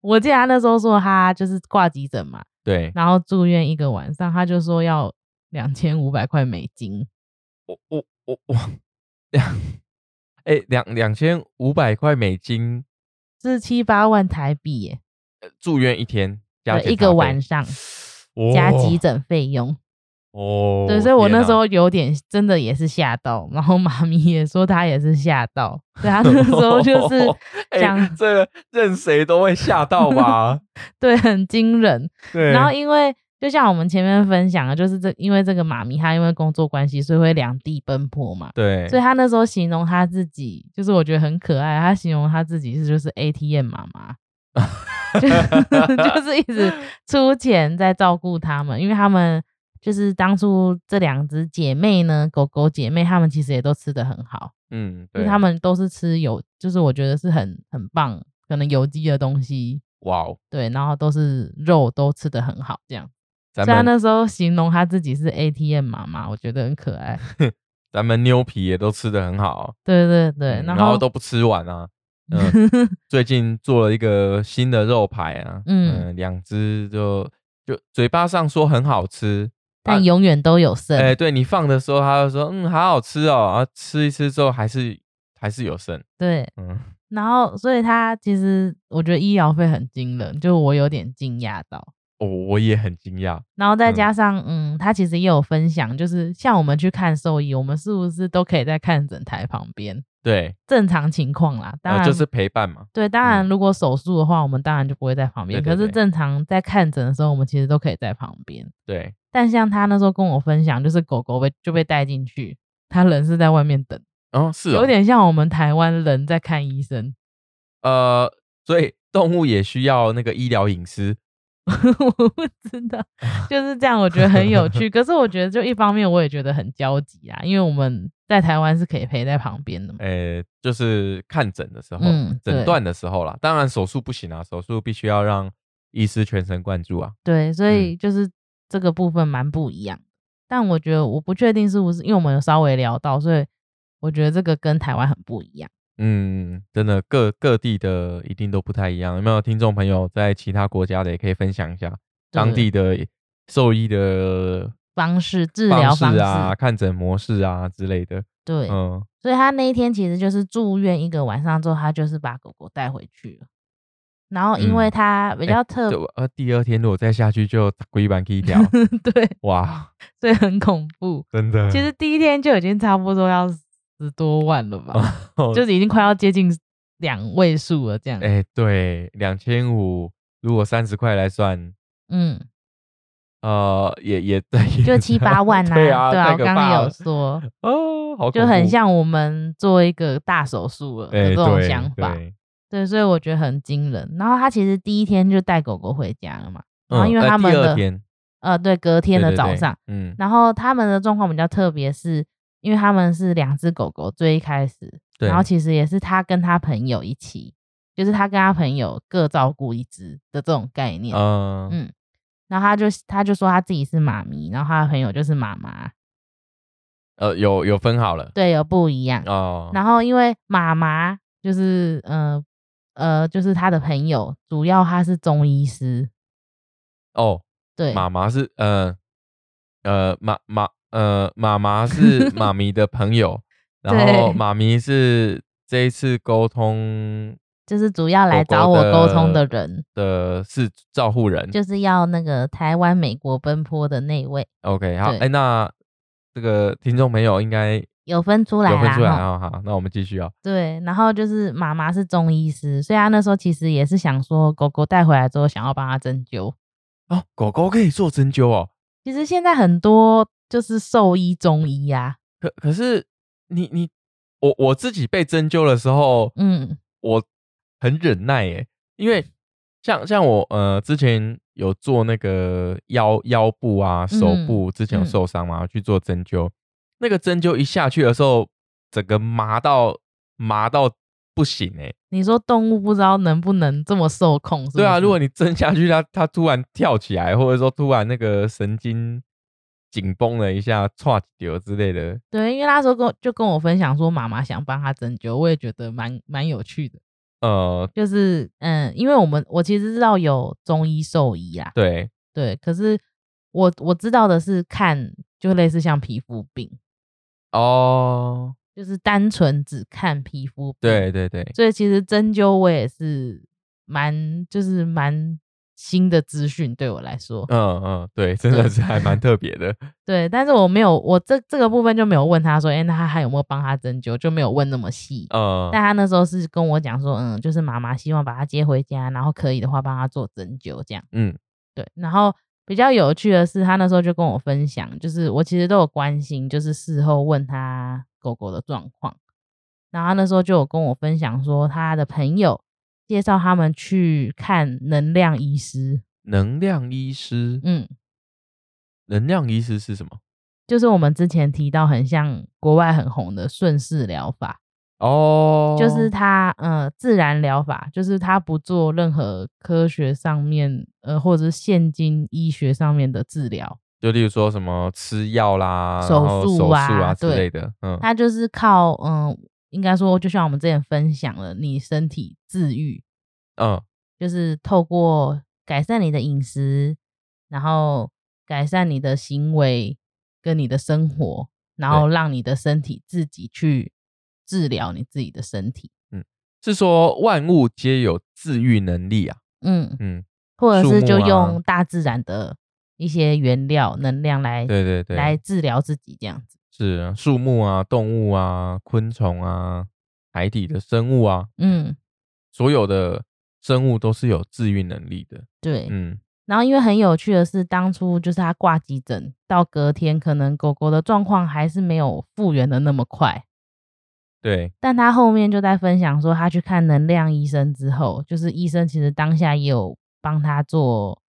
Speaker 2: 我记得他那时候说他就是挂急诊嘛，
Speaker 1: 对，
Speaker 2: 然后住院一个晚上，他就说要两千五百块美金。
Speaker 1: 我我我我两，哎两两千五百块美金
Speaker 2: 是七八万台币耶，
Speaker 1: 呃住院一天，加
Speaker 2: 对
Speaker 1: 检
Speaker 2: 一
Speaker 1: 查
Speaker 2: 个
Speaker 1: 费
Speaker 2: 晚上加急诊费用。
Speaker 1: 哦，
Speaker 2: 对，所以我
Speaker 1: 天
Speaker 2: 那
Speaker 1: 哪 [LAUGHS]
Speaker 2: 时候有点真的也是吓到，然后 [LAUGHS] 妈咪也说她也是吓到，对她那时
Speaker 1: [LAUGHS]
Speaker 2: 候就是
Speaker 1: 哎
Speaker 2: 想
Speaker 1: 这个任谁都会吓到
Speaker 2: [LAUGHS]
Speaker 1: 吧？
Speaker 2: 对很惊人。
Speaker 1: 对，
Speaker 2: 然后因为就像我们前面分享的，就是这因为这个妈咪她因为工作关系，所以会两地奔波嘛。
Speaker 1: 对，
Speaker 2: 所以她那时候形容她自己，就是我觉得很可爱。她形容她自己是就是 ATM 妈妈， [LAUGHS] 就就是一直出钱在照顾他们，因为他们就是当初这两只姐妹呢，狗狗姐妹，她们其实也都吃的很好，
Speaker 1: 嗯，
Speaker 2: 就
Speaker 1: 对，
Speaker 2: 是她们都是吃有，就是我觉得是很很棒，可能油鸡的东西，
Speaker 1: 哇哦，
Speaker 2: 对，然后都是肉都吃的很好，这样。
Speaker 1: 咱
Speaker 2: 虽然
Speaker 1: 们
Speaker 2: 那时候形容她自己是 ATM 妈妈，我觉得很可爱。
Speaker 1: 咱们妞皮也都吃的很好，
Speaker 2: 对对对，
Speaker 1: 嗯
Speaker 2: 然
Speaker 1: 然
Speaker 2: 后
Speaker 1: 都不吃完
Speaker 2: [LAUGHS]
Speaker 1: 啊。嗯，最近做了一个新的肉排啊，
Speaker 2: 嗯
Speaker 1: 嗯，两只就就嘴巴上说很好吃，啊
Speaker 2: 但永远都有剩。
Speaker 1: 哎、对你放的时候，他就说嗯，好好吃哦，然后吃一吃之后还是还是有剩，
Speaker 2: 对，
Speaker 1: 嗯， [LAUGHS]
Speaker 2: 然后所以他其实我觉得医疗费很惊人，就我有点惊讶到。
Speaker 1: 我、哦我也很惊讶，
Speaker 2: 然后再
Speaker 1: 嗯
Speaker 2: 加上，嗯他其实也有分享，就是像我们去看兽医，我们是不是都可以在看诊台旁边？
Speaker 1: 对，
Speaker 2: 正常情况啦，当
Speaker 1: 呃，
Speaker 2: 然、
Speaker 1: 就是陪伴嘛，
Speaker 2: 对，当然如果手术的话，我们当然就不会在旁
Speaker 1: 对
Speaker 2: 边。
Speaker 1: 对
Speaker 2: 可是
Speaker 1: 对
Speaker 2: 正常在看诊的时候，我们其实都可以在旁边。
Speaker 1: 对，
Speaker 2: 但像他那时候跟我分享，就是狗狗被就被带进去，他人是在外面等，
Speaker 1: 哦，是哦
Speaker 2: 有点像我们台湾人在看医生。 [LAUGHS]
Speaker 1: 呃，所以动物也需要那个医疗隐私，
Speaker 2: 我不知
Speaker 1: [LAUGHS]
Speaker 2: 道，
Speaker 1: 啊
Speaker 2: 就是这样，我觉得很有趣。可是我觉得，就一方面我也觉得很焦急啊，因为我们在台湾是可以陪在旁边的嘛。
Speaker 1: 呃，就是看诊的时候，
Speaker 2: 嗯对
Speaker 1: 诊断的时候啦，当然手术不行啊，手术必须要让医师全神贯注啊，
Speaker 2: 对，所以就是这个部分蛮不一样。但我觉得我不确定是不是，因为我们有稍微聊到，所以我觉得这个跟台湾很不一样。
Speaker 1: 嗯，真的各各地的一定都不太一样。有没有听众朋友在其他国家的也可以分享一下当地
Speaker 2: 对
Speaker 1: 的兽医的
Speaker 2: 方式治疗
Speaker 1: 式
Speaker 2: 方式，
Speaker 1: 啊、看诊模式啊之类的？
Speaker 2: 对，
Speaker 1: 嗯，
Speaker 2: 所以他那一天其实就是住院一个晚上之后，他就是把狗狗带回去了。然后因为
Speaker 1: 嗯
Speaker 2: 他比
Speaker 1: 哎
Speaker 2: 较特、
Speaker 1: 就呃第二天如果再下去就龟板可以掉，
Speaker 2: [LAUGHS] 对，
Speaker 1: 哇，
Speaker 2: 所以很恐怖。
Speaker 1: 真的，
Speaker 2: 其实第一天就已经差不多要十多万了吧，
Speaker 1: 哦
Speaker 2: 就是已经快要接近两位数了这样。
Speaker 1: 哎、对，两千五，如果三十块来算，
Speaker 2: 嗯，
Speaker 1: 呃，也也对，也
Speaker 2: 就
Speaker 1: [LAUGHS]
Speaker 2: 七八万呐、
Speaker 1: 对啊，
Speaker 2: 对
Speaker 1: 太
Speaker 2: 我
Speaker 1: 可
Speaker 2: 刚
Speaker 1: 怕
Speaker 2: 刚有
Speaker 1: 了
Speaker 2: 说，
Speaker 1: 哦，好
Speaker 2: 就
Speaker 1: 恐
Speaker 2: 很
Speaker 1: 怖
Speaker 2: 像我们做一个大手术了的
Speaker 1: 哎、
Speaker 2: 这种
Speaker 1: 对
Speaker 2: 想法。
Speaker 1: 对
Speaker 2: 对，所以我觉得很惊人。然后他其实第一天就带狗狗回家了嘛，然后
Speaker 1: 嗯
Speaker 2: 因为
Speaker 1: 呃
Speaker 2: 他们
Speaker 1: 第二
Speaker 2: 的
Speaker 1: 天
Speaker 2: 呃，对，隔天的早上，，
Speaker 1: 对对对嗯，
Speaker 2: 然后他们的状况比较特别是，因为他们是两只狗狗，最一开始，
Speaker 1: 对
Speaker 2: 然后其实也是他跟他朋友一起，就是他跟他朋友各照顾一只的这种概念。
Speaker 1: 嗯
Speaker 2: 嗯然后他就他就说他自己是妈咪，然后他的朋友就是妈妈，
Speaker 1: 呃，有有分好了
Speaker 2: 对，有不一样。
Speaker 1: 哦，
Speaker 2: 然后因为妈妈就是呃呃，就是他的朋友，主要他是中医师，
Speaker 1: 哦，
Speaker 2: 对，
Speaker 1: 妈妈是呃呃妈妈呃妈妈
Speaker 2: [LAUGHS]
Speaker 1: 是妈咪的朋友，然后
Speaker 2: 对
Speaker 1: 妈咪是这一次沟通
Speaker 2: 就是主要来
Speaker 1: 狗狗
Speaker 2: 找我沟通
Speaker 1: 的嗯
Speaker 2: 的人，
Speaker 1: 的是照护人。
Speaker 2: 就是要那个台湾美国奔波的那位
Speaker 1: OK，好，
Speaker 2: 对
Speaker 1: 哎，那这个听众朋友应该有
Speaker 2: 有分出来
Speaker 1: 分
Speaker 2: 啦，
Speaker 1: 出来
Speaker 2: 吼
Speaker 1: 啊，好，那我们继续啊，
Speaker 2: 对，然后就是妈妈是中医师，所以他那时候其实也是想说狗狗带回来之后想要帮他针灸。
Speaker 1: 哦，狗狗可以做针灸哦，
Speaker 2: 其实现在很多就是兽医、中医啊呀、
Speaker 1: 可可是你你我我自己被针灸的时候，
Speaker 2: 嗯，
Speaker 1: 我很忍耐耶，因为像像我呃之前有做那个腰腰部啊手部，之前有
Speaker 2: 嗯
Speaker 1: 受伤嘛，去做针灸，那个针灸一下去的时候，整个麻到麻到不行哎。
Speaker 2: 你说动物不知道能不能这么受控是不是？
Speaker 1: 对啊，如果你针下去，它它突然跳起来，或者说突然那个神经紧绷了一下，歘丢之类的，
Speaker 2: 对，因为那时候跟我就跟我分享说妈妈想帮他针灸，我也觉得蛮蛮有趣的。
Speaker 1: 呃，
Speaker 2: 就是嗯，因为我们我其实知道有中医、兽医啊，
Speaker 1: 对，
Speaker 2: 对，可是我我知道的是看就类似像皮肤病，
Speaker 1: 哦，
Speaker 2: 就是单纯只看皮肤病。
Speaker 1: 对对对，
Speaker 2: 所以其实针灸我也是蛮就是蛮新的资讯对我来说，
Speaker 1: 嗯嗯，对，真的
Speaker 2: 对
Speaker 1: 是还蛮特别的。
Speaker 2: 对，但是我没有我这这个部分就没有问他说，哎、那他还有没有帮他针灸，就没有问那么细。
Speaker 1: 嗯，
Speaker 2: 但他那时候是跟我讲说，嗯，就是妈妈希望把他接回家，然后可以的话帮他做针灸这样。
Speaker 1: 嗯，
Speaker 2: 对，然后比较有趣的是，他那时候就跟我分享，就是我其实都有关心，就是事后问他狗狗的状况。然后他那时候就有跟我分享说，他的朋友介绍他们去看能量医师，
Speaker 1: 能量医师，
Speaker 2: 嗯，
Speaker 1: 能量医师是什么？
Speaker 2: 就是我们之前提到很像国外很红的顺势疗法，
Speaker 1: 哦，
Speaker 2: 就是它呃自然疗法，就是它不做任何科学上面呃或者是现今医学上面的治疗，
Speaker 1: 就例如说什么吃药啦、然
Speaker 2: 手
Speaker 1: 后
Speaker 2: 术
Speaker 1: 手术
Speaker 2: 啊
Speaker 1: 之
Speaker 2: 对
Speaker 1: 类的，嗯，
Speaker 2: 它就是靠嗯，应该说就像我们之前分享了，你身体自愈，
Speaker 1: 嗯
Speaker 2: 就是透过改善你的饮食，然后改善你的行为跟你的生活，然后让你的身体自己去治疗你自己的身体，
Speaker 1: 是说万物皆有治愈能力啊，
Speaker 2: 嗯，
Speaker 1: 嗯，
Speaker 2: 或者
Speaker 1: 树
Speaker 2: 是
Speaker 1: 木
Speaker 2: 就
Speaker 1: 啊
Speaker 2: 用大自然的一些原料能量来
Speaker 1: 对对对，
Speaker 2: 来治疗自己这样子，
Speaker 1: 是啊树木啊、动物啊、昆虫啊、海底的生物啊，
Speaker 2: 嗯，
Speaker 1: 所有的生物都是有治愈能力的。
Speaker 2: 对，
Speaker 1: 嗯，
Speaker 2: 然后因为很有趣的是，当初就是他挂急诊到隔天，可能狗狗的状况还是没有复原的那么快。
Speaker 1: 对，
Speaker 2: 但他后面就在分享说，他去看能量医生之后，就是医生其实当下也有帮他做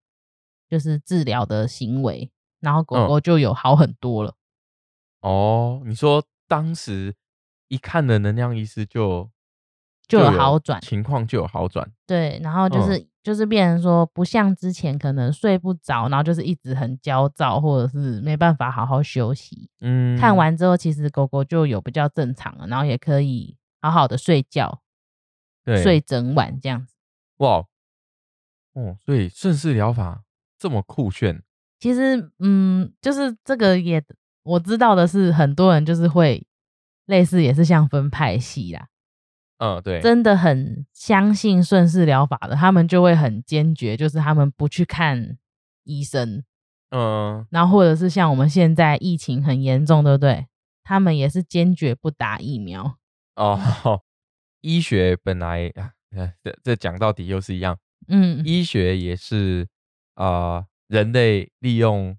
Speaker 2: 就是治疗的行为，然后狗
Speaker 1: 嗯
Speaker 2: 狗就有好很多了。
Speaker 1: 哦，你说当时一看的能量医师就
Speaker 2: 就有好转
Speaker 1: 情况就有好转。
Speaker 2: 对，然后就是、就是变成说，不像之前可能睡不着，然后就是一直很焦躁，或者是没办法好好休息。
Speaker 1: 嗯，
Speaker 2: 看完之后，其实狗狗就有比较正常了，然后也可以好好的睡觉，
Speaker 1: 嗯对
Speaker 2: 睡整晚这样子。
Speaker 1: 哇，哦，所以顺势疗法这么酷炫，
Speaker 2: 其实，嗯，就是这个也我知道的是，很多人就是会类似也是像分派系啦，
Speaker 1: 嗯，对，
Speaker 2: 真的很相信顺势疗法的，他们就会很坚决，就是他们不去看医生，
Speaker 1: 嗯，
Speaker 2: 然后或者是像我们现在疫情很严重，对不对？他们也是坚决不打疫苗。
Speaker 1: 哦， [LAUGHS] 医学本来啊， [LAUGHS] 呃这这讲到底又是一样，
Speaker 2: 嗯，
Speaker 1: 医学也是啊、呃人类利用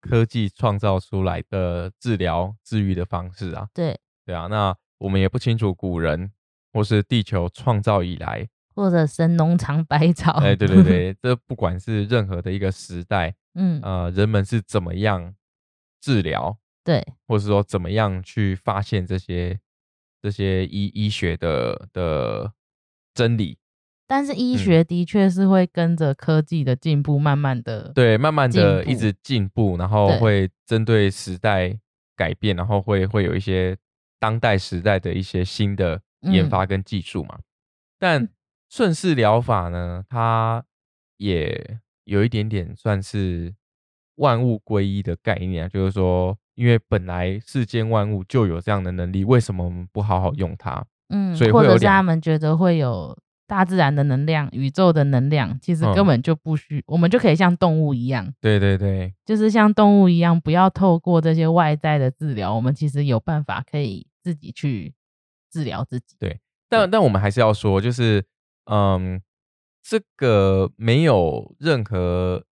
Speaker 1: 科技创造出来的治疗治愈的方式啊。
Speaker 2: 对，
Speaker 1: 对啊，那我们也不清楚古人或是地球创造以来
Speaker 2: 或者生农场百草。
Speaker 1: 哎，对对
Speaker 2: [LAUGHS]
Speaker 1: 对，这不管是任何的一个时代，
Speaker 2: 嗯，
Speaker 1: 呃，人们是怎么样治疗，
Speaker 2: 对，
Speaker 1: 或是说怎么样去发现这些这些医医学的的真理，
Speaker 2: 但是医
Speaker 1: 嗯
Speaker 2: 学的确是会跟着科技的进步，慢慢的，
Speaker 1: 对，慢慢的
Speaker 2: 进步
Speaker 1: 一直进步，然后
Speaker 2: 对
Speaker 1: 会针对时代改变，然后会会有一些当代时代的一些新的
Speaker 2: 嗯
Speaker 1: 研发跟技术嘛。但顺势疗法呢，它也有一点点算是万物归一的概念啊，就是说，因为本来世间万物就有这样的能力，为什么我们不好好用它？
Speaker 2: 嗯，
Speaker 1: 所以
Speaker 2: 或
Speaker 1: 会有
Speaker 2: 者是
Speaker 1: 两
Speaker 2: 他们觉得会有大自然的能量、宇宙的能量，其实根
Speaker 1: 嗯
Speaker 2: 本就不需，我们就可以像动物一样，
Speaker 1: 对对对，
Speaker 2: 就是像动物一样，不要透过这些外在的治疗，我们其实有办法可以自己去治疗自己。
Speaker 1: 但但我们还是要说，就是嗯，这个没有任何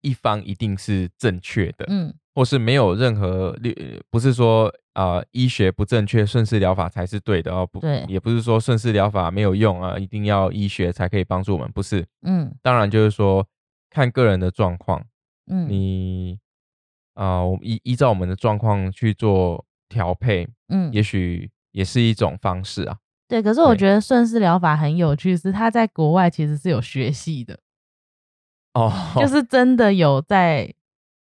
Speaker 1: 一方一定是正确的，
Speaker 2: 嗯，
Speaker 1: 或是没有任何律，呃不是说啊、呃医学不正确，顺势疗法才是对的哦，不
Speaker 2: 对，
Speaker 1: 也不是说顺势疗法没有用啊，一定要医学才可以帮助我们，不是。
Speaker 2: 嗯
Speaker 1: 当然就是说看个人的状况，
Speaker 2: 嗯，
Speaker 1: 你啊、我们依依照我们的状况去做调配，
Speaker 2: 嗯
Speaker 1: 也许也是一种方式啊。
Speaker 2: 对。可是我
Speaker 1: 对
Speaker 2: 觉得顺势疗法很有趣，是它在国外其实是有学系的，
Speaker 1: 哦，
Speaker 2: 就是真的有在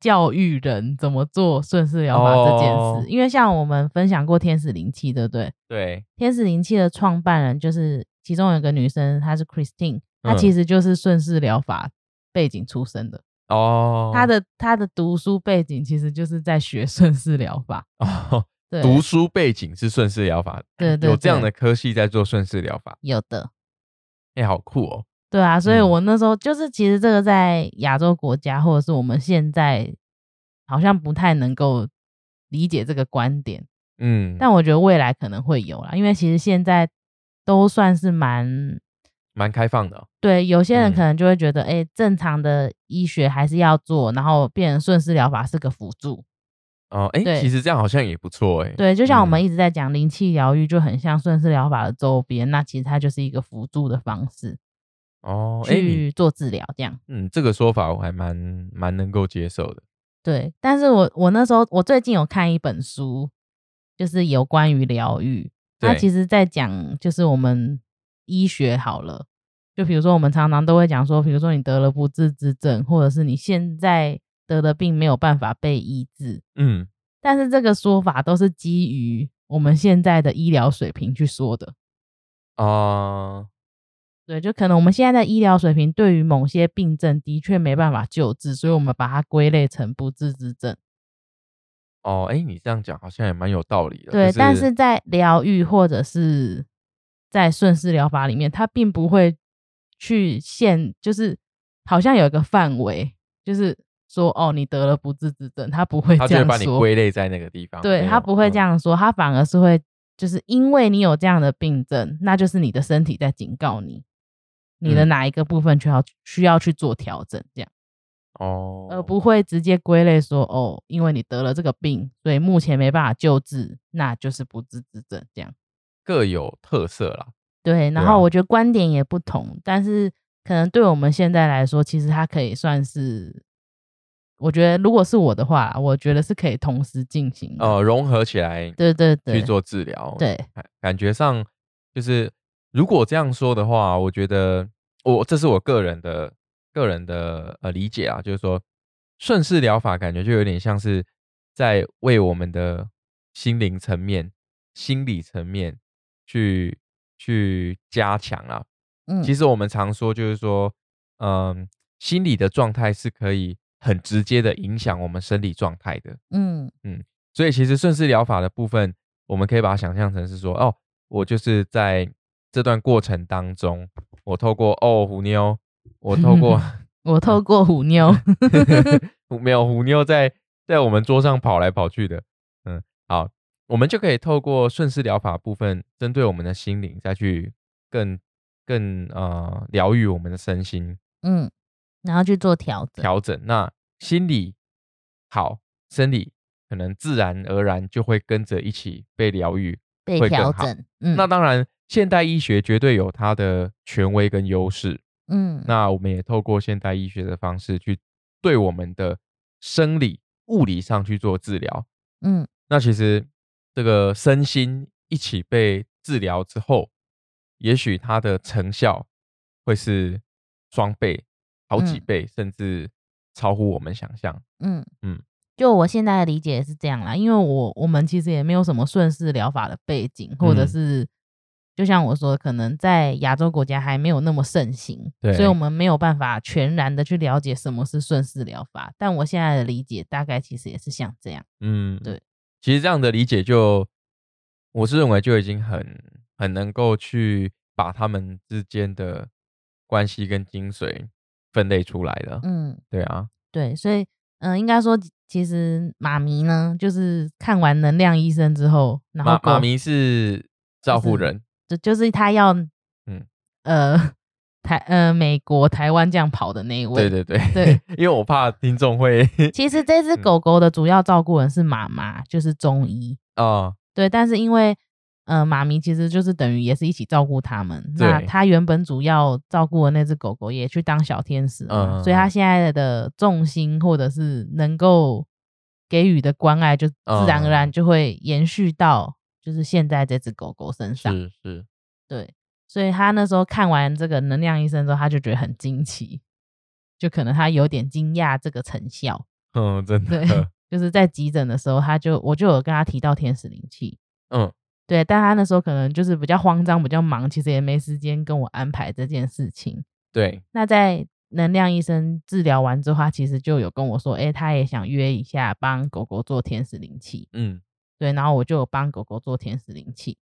Speaker 2: 教育人怎么做顺势疗法这件事。
Speaker 1: 哦
Speaker 2: 因为像我们分享过天使灵气，对不对？
Speaker 1: 对，
Speaker 2: 天使灵气的创办人就是其中有一个女生，她是 Christine，她
Speaker 1: 嗯
Speaker 2: 其实就是顺势疗法背景出身的。
Speaker 1: 哦，
Speaker 2: 她的她的读书背景其实就是在学顺势疗法。
Speaker 1: 哦，
Speaker 2: 对，
Speaker 1: 读书背景是顺势疗法，
Speaker 2: 对对
Speaker 1: 有这样
Speaker 2: 对
Speaker 1: 的科系在做顺势疗法，
Speaker 2: 有的。
Speaker 1: 哎、好酷哦，
Speaker 2: 对啊，所以
Speaker 1: 嗯
Speaker 2: 我那时候就是，其实这个在亚洲国家或者是我们现在好像不太能够理解这个观点，
Speaker 1: 嗯，
Speaker 2: 但我觉得未来可能会有啦，因为其实现在都算是蛮
Speaker 1: 蛮开放的哦、
Speaker 2: 对，有些人可
Speaker 1: 嗯
Speaker 2: 能就会觉得，哎、正常的医学还是要做，然后变成顺势疗法是个辅助。
Speaker 1: 哦，哎、
Speaker 2: 对
Speaker 1: 其实这样好像也不错哎、
Speaker 2: 对，就像我
Speaker 1: 嗯
Speaker 2: 们一直在讲灵气疗愈，就很像顺势疗法的周边，那其实它就是一个辅助的方式
Speaker 1: 哦，哎、你
Speaker 2: 去做治疗，这样。
Speaker 1: 嗯，这个说法我还蛮蛮能够接受的，
Speaker 2: 对，但是我我那时候我最近有看一本书，就是有关于疗愈，它
Speaker 1: 对
Speaker 2: 其实在讲就是我们医学好了，就比如说我们常常都会讲说，比如说你得了不治之症，或者是你现在得的病没有办法被医治，
Speaker 1: 嗯，
Speaker 2: 但是这个说法都是基于我们现在的医疗水平去说的。
Speaker 1: 啊、
Speaker 2: 对，就可能我们现在的医疗水平对于某些病症的确没办法救治，所以我们把它归类成不治之症。
Speaker 1: 哦，哎、你这样讲好像也蛮有道理的，
Speaker 2: 对，
Speaker 1: 就
Speaker 2: 但是在疗愈或者是在顺势疗法里面，它并不会去限，就是好像有一个范围，就是说哦，你得了不治之症，他不会
Speaker 1: 他
Speaker 2: 这
Speaker 1: 就会
Speaker 2: 样
Speaker 1: 把你
Speaker 2: 说，
Speaker 1: 归类在那个地方，
Speaker 2: 对
Speaker 1: 没
Speaker 2: 他
Speaker 1: 有嗯
Speaker 2: 不会这，样说，他反而是会就是因为你有这样的病症，那就是你的身体在警告你，你的
Speaker 1: 嗯
Speaker 2: 哪一个部分需要需要去做调整，这样。
Speaker 1: 嗯哦，
Speaker 2: 而不会直接归类说哦，因为你得了这个病，所以目前没办法救治，那就是不治之症这样。
Speaker 1: 各有特色啦，
Speaker 2: 对，然
Speaker 1: 对
Speaker 2: 后
Speaker 1: 啊
Speaker 2: 我觉得观点也不同，但是可能对我们现在来说，其实它可以算是，我觉得如果是我的话，我觉得是可以同时进行的。
Speaker 1: 呃，融合起来
Speaker 2: 对对对，
Speaker 1: 去做治疗，
Speaker 2: 对，
Speaker 1: 感感觉上就是，如果这样说的话，我觉得我这是我个人的个人的呃理解啊，就是说顺势疗法感觉就有点像是在为我们的心灵层面、心理层面去去加强啊。
Speaker 2: 嗯，
Speaker 1: 其实我们常说就是说，嗯，心理的状态是可以很直接的影响我们生理状态的。
Speaker 2: 嗯
Speaker 1: 所以其实顺势疗法的部分，我们可以把它想象成是说，哦，我就是在这段过程当中，我透过哦虎妞，我透过
Speaker 2: 我透过虎妞，
Speaker 1: 嗯没有虎妞在在我们桌上跑来跑去的，嗯，好，我们就可以透过顺势疗法部分，针对我们的心灵，再去更更呃疗愈我们的身心
Speaker 2: 嗯，然后去做调整。
Speaker 1: 调整，那心理好，生理可能自然而然就会跟着一起被疗愈，
Speaker 2: 被
Speaker 1: 会更
Speaker 2: 调
Speaker 1: 好
Speaker 2: 整。嗯，
Speaker 1: 那当然，现代医学绝对有它的权威跟优势。
Speaker 2: 嗯
Speaker 1: 那我们也透过现代医学的方式去对我们的生理、物理上去做治疗。
Speaker 2: 嗯
Speaker 1: 那其实这个身心一起被治疗之后，也许它的成效会是双倍、好几
Speaker 2: 嗯
Speaker 1: 倍，甚至超乎我们想象。
Speaker 2: 嗯
Speaker 1: 嗯
Speaker 2: 嗯，就我现在的理解也是这样啦，因为我我们其实也没有什么顺势疗法的背景，或者
Speaker 1: 嗯
Speaker 2: 是、就像我说，可能在亚洲国家还没有那么盛行，所
Speaker 1: 对
Speaker 2: 以我们没有办法全然的去了解什么是顺势疗法。但我现在的理解大概其实也是像这样，
Speaker 1: 嗯，
Speaker 2: 对。
Speaker 1: 其实这样的理解就，我是认为就已经很很能够去把他们之间的关系跟精髓分类出来了。
Speaker 2: 嗯，
Speaker 1: 对啊，
Speaker 2: 对，所以嗯、呃应该说其实妈咪呢，就是看完能量医生之后，然后
Speaker 1: 妈妈
Speaker 2: 狗
Speaker 1: 咪是照顾
Speaker 2: 是
Speaker 1: 人，
Speaker 2: 就就是他要，
Speaker 1: 嗯
Speaker 2: 嗯，呃， [LAUGHS] 台呃美国台湾这样跑的那一位。
Speaker 1: 对对对
Speaker 2: 对，
Speaker 1: [LAUGHS]
Speaker 2: [LAUGHS]
Speaker 1: 因为我怕听众会
Speaker 2: 其实这只
Speaker 1: 嗯
Speaker 2: 狗狗的主要照顾人是妈妈，就是中医。
Speaker 1: 啊，
Speaker 2: 对，但是因为呃妈咪其实就是等于也是一起照顾他们。那
Speaker 1: 对
Speaker 2: 他原本主要照顾的那只狗狗也去当小天使了嘛，所以
Speaker 1: 嗯嗯
Speaker 2: 他
Speaker 1: 嗯
Speaker 2: 现在的重心或者是能够给予的关爱，就自然
Speaker 1: 嗯
Speaker 2: 而
Speaker 1: 嗯嗯
Speaker 2: 然就会延续到就是现在这只狗狗身上。
Speaker 1: 是是，
Speaker 2: 对，所以他那时候看完这个能量医生之后，他就觉得很惊奇，就可能他有点惊讶这个成效。
Speaker 1: 嗯，真
Speaker 2: 对
Speaker 1: 的，
Speaker 2: 就是在急诊的时候，他就我就有跟他提到天使灵气，
Speaker 1: 嗯
Speaker 2: 对，但他那时候可能就是比较慌张，比较忙，其实也没时间跟我安排这件事情。
Speaker 1: 对，
Speaker 2: 那在能量医生治疗完之后，他其实就有跟我说，诶、他也想约一下帮狗狗做天使灵气。
Speaker 1: 嗯
Speaker 2: 对，然后我就有帮狗狗做天使灵气。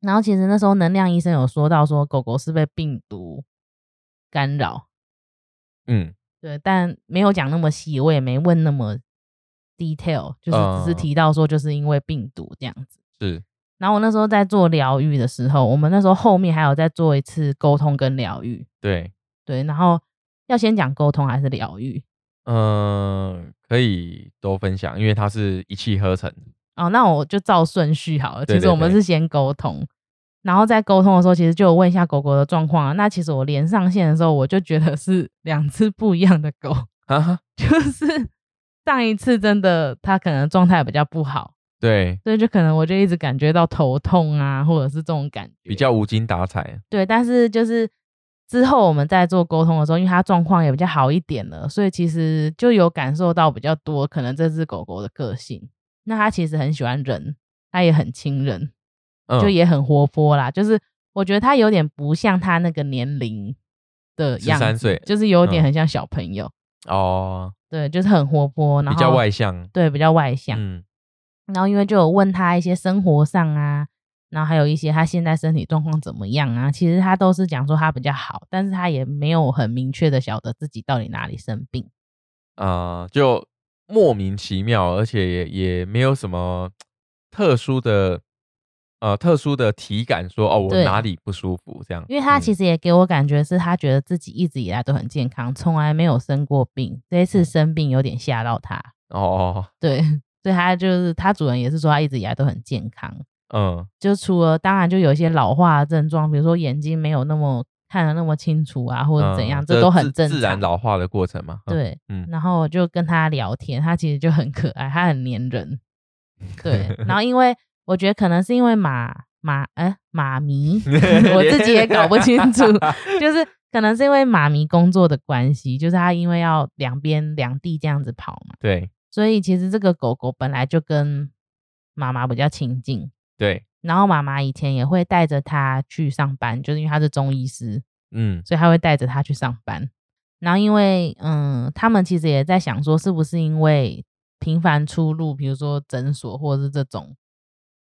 Speaker 2: 然后其实那时候能量医生有说到说狗狗是被病毒干扰，
Speaker 1: 嗯
Speaker 2: 对，但没有讲那么细，我也没问那么 detail，就是只是
Speaker 1: 嗯
Speaker 2: 提到说就是因为病毒这样子。
Speaker 1: 是，
Speaker 2: 然后我那时候在做疗愈的时候，我们那时候后面还有在做一次沟通跟疗愈，
Speaker 1: 对，
Speaker 2: 对，然后要先讲沟通还是疗愈？
Speaker 1: 嗯，可以都分享，因为它是一气呵成的，
Speaker 2: 哦，那我就照顺序好了。
Speaker 1: 对
Speaker 2: 其实
Speaker 1: 对
Speaker 2: 我们
Speaker 1: 对
Speaker 2: 是先沟通，然后在沟通的时候，其实就有问一下狗狗的状况啊。那其实我连上线的时候，我就觉得是两只不一样的狗， [LAUGHS]
Speaker 1: 哈哈，
Speaker 2: 就是上一次真的它可能状态比较不好，
Speaker 1: 对，
Speaker 2: 所以就可能我就一直感觉到头痛啊，或者是这种感觉
Speaker 1: 比较无精打采，
Speaker 2: 对，但是就是之后我们在做沟通的时候，因为它状况也比较好一点了，所以其实就有感受到比较多可能这只狗狗的个性。那它其实很喜欢人，它也很亲人，
Speaker 1: 嗯，
Speaker 2: 就也很活泼啦。就是我觉得它有点不像它那个年龄的样子，
Speaker 1: 13岁
Speaker 2: 就是有点
Speaker 1: 嗯
Speaker 2: 很像小朋友。
Speaker 1: 哦，
Speaker 2: 对，就是很活泼，然
Speaker 1: 比
Speaker 2: 后
Speaker 1: 较外向，
Speaker 2: 对比较外向。
Speaker 1: 嗯
Speaker 2: 然后因为就有问他一些生活上啊，然后还有一些他现在身体状况怎么样啊，其实他都是讲说他比较好，但是他也没有很明确的晓得自己到底哪里生病。
Speaker 1: 啊、就莫名其妙，而且也也没有什么特殊的呃特殊的体感说哦我
Speaker 2: 对
Speaker 1: 哪里不舒服这样，嗯
Speaker 2: 因为他其
Speaker 1: 实
Speaker 2: 实也给我感觉是他觉得自己一直以来都很健康，从来没有生过病，这一
Speaker 1: 嗯
Speaker 2: 次生病有点吓到他。
Speaker 1: 哦
Speaker 2: 对，所以他就是他主人也是说他一直以来都很健康，
Speaker 1: 哦
Speaker 2: 就除了当然就有一些老化的症状，比如说眼睛没有那么看得那么清楚啊，
Speaker 1: 嗯
Speaker 2: 或者
Speaker 1: 嗯
Speaker 2: 怎样，
Speaker 1: 这
Speaker 2: 都很
Speaker 1: 自
Speaker 2: 正
Speaker 1: 自
Speaker 2: 常
Speaker 1: 然。老化的过程嘛，嗯，
Speaker 2: 对，
Speaker 1: 嗯，
Speaker 2: 然后我就跟他聊天，他其实就很可爱，他很粘人，对。然后因为我觉得可能是因为马马哎马迷 [LAUGHS] 我自己也搞不清楚，就是可能是因为马迷工作的关系，就是他因为要两边两地这样子跑嘛，
Speaker 1: [LAUGHS] 对
Speaker 2: 所以其实这个狗狗本来就跟妈妈比较亲近，
Speaker 1: 对，
Speaker 2: 然后妈妈以前也会带着它去上班，就是因为它是中医师，
Speaker 1: 嗯
Speaker 2: 所以他会带着他去上班。然后因为嗯，他们其实也在想说，是不是因为频繁出入，比如说诊所或者是这种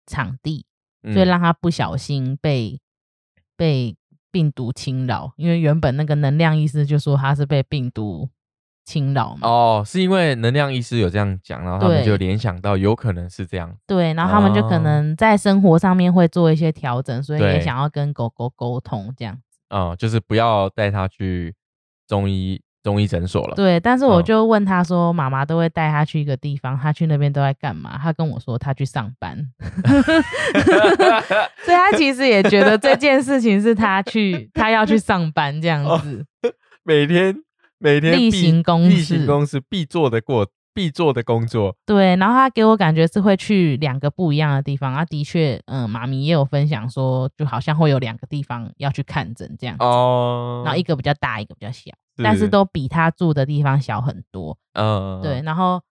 Speaker 2: 场地，
Speaker 1: 嗯，
Speaker 2: 所以让他不小心被被病毒侵扰。因为原本那个能量医师就说他是被病毒侵扰嘛，
Speaker 1: 哦是因为能量医师有这样讲，然后他们就
Speaker 2: 对
Speaker 1: 联想到有可能是这样，
Speaker 2: 对，然后他们就
Speaker 1: 哦
Speaker 2: 可能在生活上面会做一些调整，所以也
Speaker 1: 对
Speaker 2: 想要跟狗狗沟通这样。
Speaker 1: 嗯，就是不要带他去中医中医诊所了。
Speaker 2: 对，但是我
Speaker 1: 嗯
Speaker 2: 就问他说，妈妈都会带他去一个地方，他去那边都在干嘛？他跟我说他去上班， [LAUGHS] 所以他其实也觉得这件事情是他去，他要去上班这样
Speaker 1: 哦
Speaker 2: 子。
Speaker 1: [LAUGHS] 每天每天
Speaker 2: 例
Speaker 1: 必
Speaker 2: 行公
Speaker 1: 例行
Speaker 2: 事
Speaker 1: 公事必做的过必做的工作，
Speaker 2: 对，然后他给我感觉是会去两个不一样的地方。啊，的确，嗯，妈咪也有分享说，就好像会有两个地方要去看诊这样子，
Speaker 1: 哦，
Speaker 2: 然后一个比较大，一个比较小，但是都比他住的地方小很多。
Speaker 1: 嗯
Speaker 2: 对，然后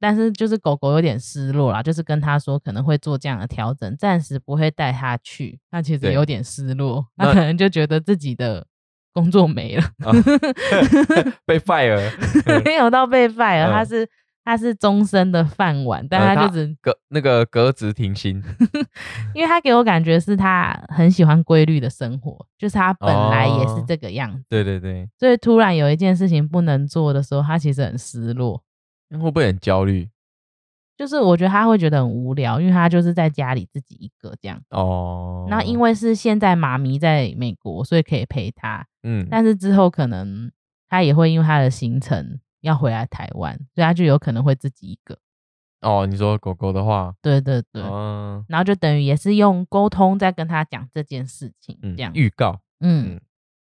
Speaker 2: 但是就是狗狗有点失落啦，就是跟他说可能会做这样的调整，暂时不会带他去。他其实
Speaker 1: 对
Speaker 2: 有点失
Speaker 1: [LAUGHS]
Speaker 2: 落，
Speaker 1: 那
Speaker 2: 他可能就觉得自己的工作
Speaker 1: [LAUGHS]
Speaker 2: 没了，
Speaker 1: 啊
Speaker 2: [LAUGHS]
Speaker 1: 被 fire
Speaker 2: 没有到被 fire，、
Speaker 1: 嗯
Speaker 2: 他是他是终身的饭碗，但
Speaker 1: 呃
Speaker 2: 他就
Speaker 1: 他
Speaker 2: 只、
Speaker 1: 革那个革职停薪，
Speaker 2: 因为他给我感觉是他很喜欢规律的生活，就是他本来也是
Speaker 1: 哦
Speaker 2: 这个样子，
Speaker 1: 对对对，
Speaker 2: 所以突然有一件事情不能做的时候，他其实很失落。
Speaker 1: 那会不会很焦虑？
Speaker 2: 就是我觉得他会觉得很无聊，因为他就是在家里自己一个这样。
Speaker 1: 哦，
Speaker 2: 那因为是现在妈咪在美国，所以可以陪她，
Speaker 1: 嗯，
Speaker 2: 但是之后可能她也会因为她的行程要回来台湾，所以她就有可能会自己一个。
Speaker 1: 哦，你说狗狗的话，
Speaker 2: 对对对，
Speaker 1: 嗯
Speaker 2: 然后就等于也是用沟通在跟她讲这件事情，
Speaker 1: 嗯
Speaker 2: 这样。
Speaker 1: 预告，
Speaker 2: 嗯，
Speaker 1: 嗯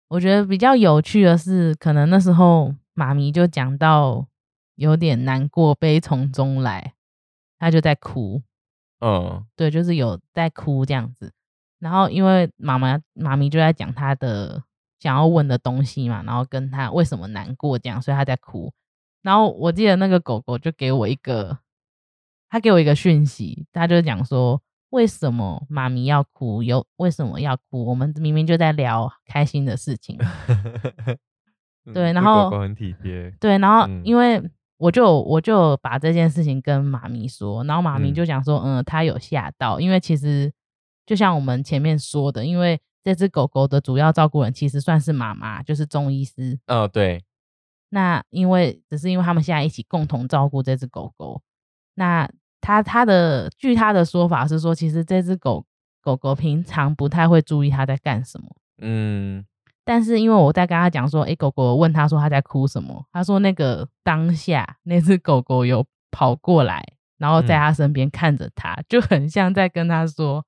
Speaker 2: 我觉得比较有趣的是，可能那时候妈咪就讲到有点难过，悲从中来，她就在哭。
Speaker 1: 嗯
Speaker 2: 对，就是有在哭这样子。然后因为妈妈妈咪就在讲她的想要问的东西嘛，然后跟她为什么难过这样，所以她在哭。然后我记得那个狗狗就给我一个，它给我一个讯息，它就讲说为什么妈咪要哭，有为什么要哭？我们明明就在聊开心的事情。
Speaker 1: 嗯
Speaker 2: 对然
Speaker 1: 这
Speaker 2: 后
Speaker 1: 狗狗很体贴，
Speaker 2: 对，然后
Speaker 1: 嗯
Speaker 2: 因为我就有我就有把这件事情跟妈咪说，然后妈咪
Speaker 1: 嗯
Speaker 2: 就讲说，嗯，她有吓到，因为其实就像我们前面说的，因为这只狗狗的主要照顾人其实算是妈妈，就是中医师。
Speaker 1: 嗯，对，
Speaker 2: 那因为只是因为他们现在一起共同照顾这只狗狗，那他他的据他的说法是说，其实这只狗狗狗平常不太会注意它在干什么。
Speaker 1: 嗯，
Speaker 2: 但是因为我在跟他讲说，诶、狗狗问他说他在哭什么，他说那个当下那只狗狗有跑过来，然后在
Speaker 1: 嗯
Speaker 2: 他身边看着他，就很像在跟他说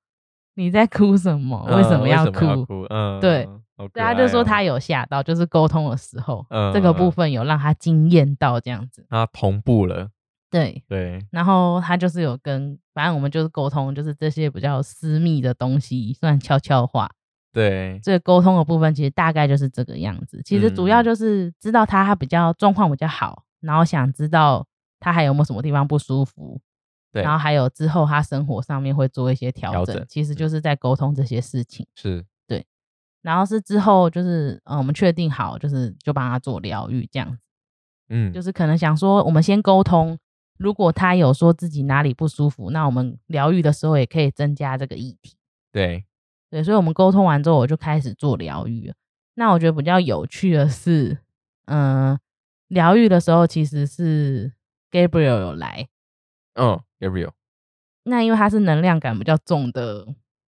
Speaker 2: 你在哭什么，为什
Speaker 1: 嗯
Speaker 2: 么
Speaker 1: 为
Speaker 2: 要
Speaker 1: 什
Speaker 2: 哭？
Speaker 1: 么要哭？嗯，
Speaker 2: 对
Speaker 1: 好可
Speaker 2: 对，
Speaker 1: 爱哦，
Speaker 2: 他就说他有吓到，就是沟通的时候，
Speaker 1: 嗯
Speaker 2: 这个部
Speaker 1: 嗯
Speaker 2: 分有让他惊艳到这样子。
Speaker 1: 他同步了，
Speaker 2: 对，
Speaker 1: 对，
Speaker 2: 然后他就是有跟，反正我们就是沟通，就是这些比较私密的东西，算悄悄话。
Speaker 1: 对，
Speaker 2: 这个沟通的部分其实大概就是这个样子。其实主要
Speaker 1: 嗯
Speaker 2: 就是知道他他比较状况比较好，然后想知道他还有没有什么地方不舒服，
Speaker 1: 对
Speaker 2: 然后还有之后他生活上面会做一些调整，
Speaker 1: 调整
Speaker 2: 其实就是在沟通这些事情。
Speaker 1: 是，
Speaker 2: 然后是之后就是嗯，我们确定好就是就帮他做疗愈这样子，
Speaker 1: 嗯，
Speaker 2: 就是可能想说我们先沟通。如果他有说自己哪里不舒服，那我们疗愈的时候也可以增加这个议题。
Speaker 1: 对，
Speaker 2: 对，所以我们沟通完之后，我就开始做疗愈了。那我觉得比较有趣的是，嗯、疗愈的时候其实是 Gabriel 有来，
Speaker 1: 嗯，Gabriel
Speaker 2: 那因为他是能量感比较重的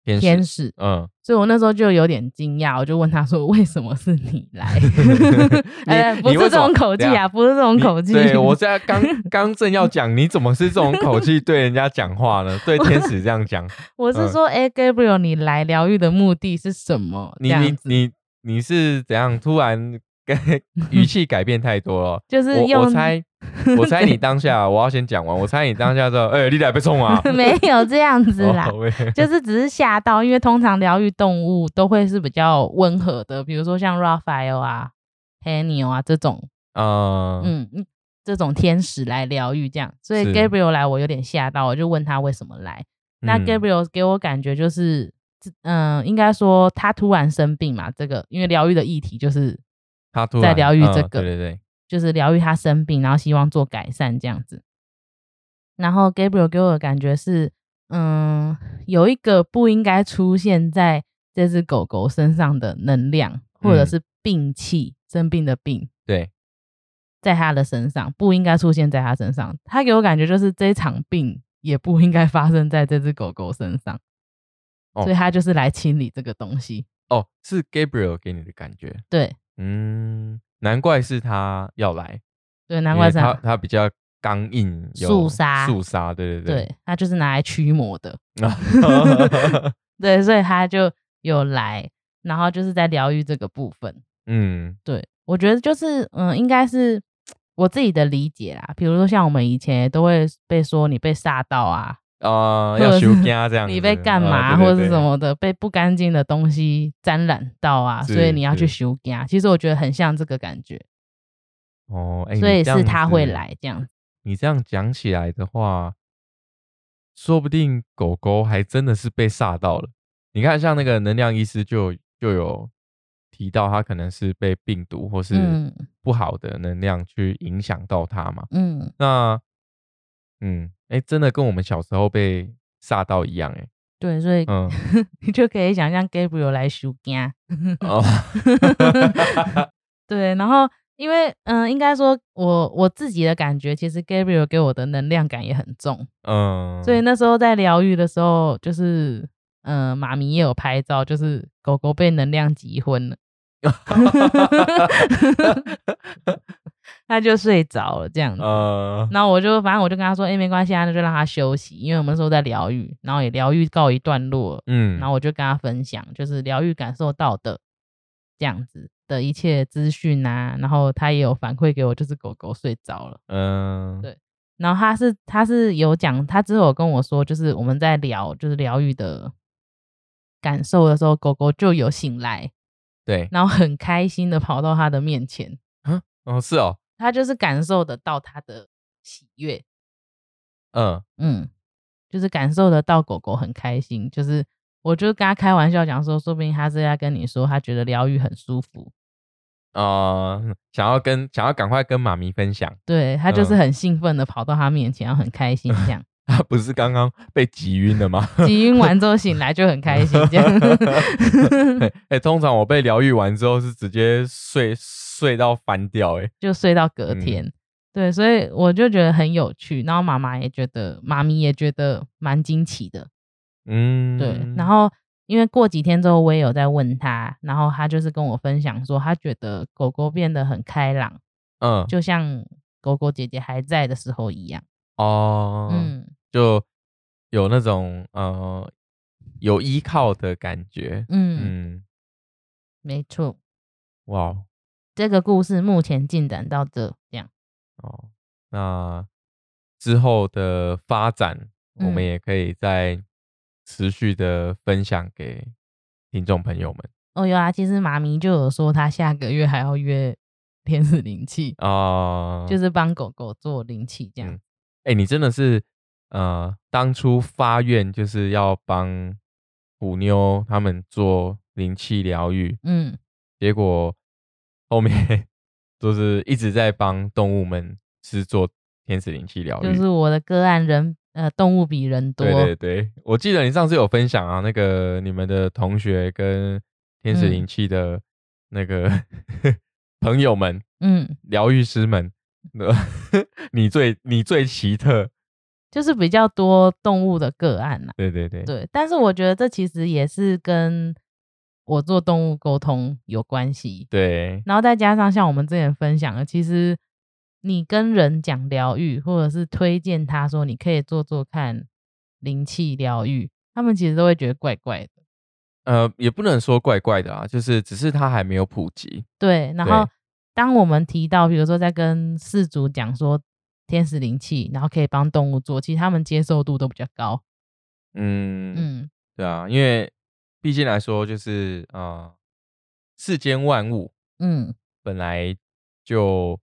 Speaker 1: 天
Speaker 2: 天
Speaker 1: 使，
Speaker 2: 使，
Speaker 1: 嗯，
Speaker 2: 所以我那时候就有点惊讶，我就问他说：“ [LAUGHS] 为什么是你
Speaker 1: [LAUGHS]
Speaker 2: 来？”呃，
Speaker 1: 你
Speaker 2: 不
Speaker 1: 你
Speaker 2: 是
Speaker 1: 为
Speaker 2: 这
Speaker 1: 什么
Speaker 2: 种口气
Speaker 1: 等一
Speaker 2: 啊，
Speaker 1: 下
Speaker 2: 不是这种
Speaker 1: 你
Speaker 2: 口气。
Speaker 1: 对我现在刚
Speaker 2: [LAUGHS]
Speaker 1: 刚正要讲，你怎么是这种口气对人家讲话呢？对天使这样
Speaker 2: [LAUGHS]
Speaker 1: 讲，
Speaker 2: 我是
Speaker 1: 嗯
Speaker 2: 说，哎、g a b r i e l 你来疗愈的目的是什么？这
Speaker 1: 你
Speaker 2: 样
Speaker 1: 你
Speaker 2: 子
Speaker 1: 你你是怎样突然改语气改变太多了？
Speaker 2: [LAUGHS] 就是
Speaker 1: 我
Speaker 2: 用
Speaker 1: 我
Speaker 2: [LAUGHS]
Speaker 1: 猜，我猜你当下，我要先讲完。我猜你当下说，哎、你俩被冲
Speaker 2: [LAUGHS]
Speaker 1: 啊！
Speaker 2: 没有这样子啦。
Speaker 1: 哦
Speaker 2: [LAUGHS]
Speaker 1: 喂
Speaker 2: 就是只是吓到，因为通常疗愈动物都会是比较温和的，比如说像 Raphael 啊、Hanio 啊这种，
Speaker 1: 嗯
Speaker 2: 嗯嗯，这种天使来疗愈这样。所以
Speaker 1: 是
Speaker 2: Gabriel 来，我有点吓到，我就问他为什么来。那
Speaker 1: 嗯
Speaker 2: Gabriel 给我感觉就是，嗯、应该说他突然生病嘛，这个因为疗愈的议题就是
Speaker 1: 他突
Speaker 2: 在
Speaker 1: 然
Speaker 2: 疗愈这
Speaker 1: 嗯对
Speaker 2: 个
Speaker 1: 对对，
Speaker 2: 就是疗愈他生病，然后希望做改善这样子。然后 Gabriel 给我的感觉是，嗯，有一个不应该出现在这只狗狗身上的能量，或者
Speaker 1: 嗯
Speaker 2: 是病气、生病的病，
Speaker 1: 对，
Speaker 2: 在它的身上不应该出现在它身上。他给我感觉就是这一场病也不应该发生在这只狗狗身上，
Speaker 1: 哦
Speaker 2: 所以他就是来清理这个东西。
Speaker 1: 哦，是 Gabriel 给你的感觉，
Speaker 2: 对，
Speaker 1: 嗯，难怪是他要来，
Speaker 2: 对，难
Speaker 1: 因
Speaker 2: 怪
Speaker 1: 为
Speaker 2: 是
Speaker 1: 他
Speaker 2: 他
Speaker 1: 他比较刚硬，有
Speaker 2: 肃杀
Speaker 1: 肃杀，对对 [LAUGHS]
Speaker 2: 对，他就是拿来驱魔的。
Speaker 1: 对，
Speaker 2: 对，所以他就有来，然后就是在疗愈这个部分。
Speaker 1: 嗯
Speaker 2: 对我觉得就是，嗯，应该是我自己的理解啦。比如说像我们以前也都会被说你被煞到啊，
Speaker 1: 啊，
Speaker 2: 或
Speaker 1: 要
Speaker 2: 者
Speaker 1: 修
Speaker 2: 是
Speaker 1: 家这样子，
Speaker 2: 你被干嘛、
Speaker 1: 啊
Speaker 2: 或者是什，么的，被不干净的东西沾染到啊，所以
Speaker 1: 是
Speaker 2: 你要去
Speaker 1: 是
Speaker 2: 修家。其实我觉得很像这个感觉，
Speaker 1: 对对对哦，哎
Speaker 2: 所以是他
Speaker 1: 你这样
Speaker 2: 会。
Speaker 1: 子
Speaker 2: 来这嗯样。
Speaker 1: 你这样讲起来的话，说不定狗狗还真的是被吓到了。你看，像那个能量医师就就有提到，他可能是被病毒或是
Speaker 2: 嗯
Speaker 1: 不好的能量去影响到它嘛。
Speaker 2: 嗯，
Speaker 1: 那，嗯，哎、真的跟我们小时候被吓到一样、欸，
Speaker 2: 对，所以、
Speaker 1: 嗯，
Speaker 2: [LAUGHS] 你就可以想象 Gabriel 来修啊 [LAUGHS] 家。
Speaker 1: 哦，
Speaker 2: 对，然后因为嗯、应该说我我自己的感觉，其实 Gabriel 给我的能量感也很重，
Speaker 1: 嗯，
Speaker 2: 所以 [LAUGHS] 那时候在疗愈的时候，就是嗯、呃妈咪也有拍照，就是狗狗被能量击昏了，它就睡着了这样子。
Speaker 1: 呃，
Speaker 2: 然后我就反正我就跟他说，哎、没关系啊，那就让它休息，因为我们那时候在疗愈，然后也疗愈告一段落了，
Speaker 1: 嗯，
Speaker 2: 然后我就跟他分享，就是疗愈感受到的这样子的一切资讯啊，然后他也有反馈给我，就是狗狗睡着了。
Speaker 1: 嗯，
Speaker 2: 对然后他是他是有讲，他之后有跟我说，就是我们在聊就是疗愈的感受的时候，狗狗就有醒来，
Speaker 1: 对，
Speaker 2: 然后很开心的跑到他的面前，
Speaker 1: 哦，是哦，
Speaker 2: 他就是感受得到他的喜悦，
Speaker 1: 嗯，
Speaker 2: 嗯，就是感受得到狗狗很开心，就是我就跟他开玩笑讲说，说不定他是在跟你说，他觉得疗愈很舒服，
Speaker 1: 啊、想要跟想要赶快跟妈咪分享，
Speaker 2: 对他就是
Speaker 1: 嗯
Speaker 2: 很兴奋的跑到他面前，然后很开心这样，
Speaker 1: 他不是刚刚被急晕了吗？
Speaker 2: 挤晕完之后醒来就很开心 [LAUGHS]
Speaker 1: [LAUGHS] 哎、
Speaker 2: 这样，
Speaker 1: 哎通常我被疗愈完之后是直接睡睡到翻掉、哎，
Speaker 2: 就睡到隔
Speaker 1: 嗯
Speaker 2: 天。对，所以我就觉得很有趣，然后妈妈也觉得，妈咪也觉得蛮惊奇的，
Speaker 1: 嗯，
Speaker 2: 对，然后因为过几天之后，我也有在问他，然后他就是跟我分享说，他觉得狗狗变得很开朗，
Speaker 1: 嗯，
Speaker 2: 就像狗狗姐姐还在的时候一样。
Speaker 1: 哦，
Speaker 2: 嗯，
Speaker 1: 就有那种呃有依靠的感觉，
Speaker 2: 嗯
Speaker 1: 嗯，
Speaker 2: 没错。
Speaker 1: 哇
Speaker 2: 这个故事目前进展到这这样。
Speaker 1: 哦，那之后的发展，我们
Speaker 2: 嗯
Speaker 1: 也可以再持续的分享给听众朋友们。
Speaker 2: 哦，有啊，其实妈咪就有说，她下个月还要约天使灵气，
Speaker 1: 啊、
Speaker 2: 就是是帮狗狗做灵气这样。
Speaker 1: 嗯哎、你真的是呃，当初发愿就是要帮虎妞他们做灵气疗愈，
Speaker 2: 嗯，
Speaker 1: 结果后面就是一直在帮动物们是做天使灵气疗愈。
Speaker 2: 就是我的个案人呃，动物比人多。
Speaker 1: 对对对，我记得你上次有分享啊，那个你们的同学跟天使
Speaker 2: 嗯
Speaker 1: 灵气的那个、 [LAUGHS] 朋友们，
Speaker 2: 嗯，
Speaker 1: 疗愈师们， [LAUGHS] 呃你最你最奇特，
Speaker 2: 就是比较多动物的个案啦。
Speaker 1: 对对对，
Speaker 2: 对，但是我觉得这其实也是跟我做动物沟通有关系。
Speaker 1: 对，
Speaker 2: 然后再加上像我们之前分享的，其实你跟人讲疗愈，或者是推荐他说你可以做做看灵气疗愈，他们其实都会觉得怪怪的。
Speaker 1: 呃，也不能说怪怪的啊，就是只是它还没有普及，
Speaker 2: 对，然后当我们提到，比如说在跟饲主讲说天使灵气，然后可以帮动物做，其实他们接受度都比较高。
Speaker 1: 嗯
Speaker 2: 嗯，
Speaker 1: 对啊，因为毕竟来说就是啊、呃世间万物
Speaker 2: 嗯，
Speaker 1: 本来就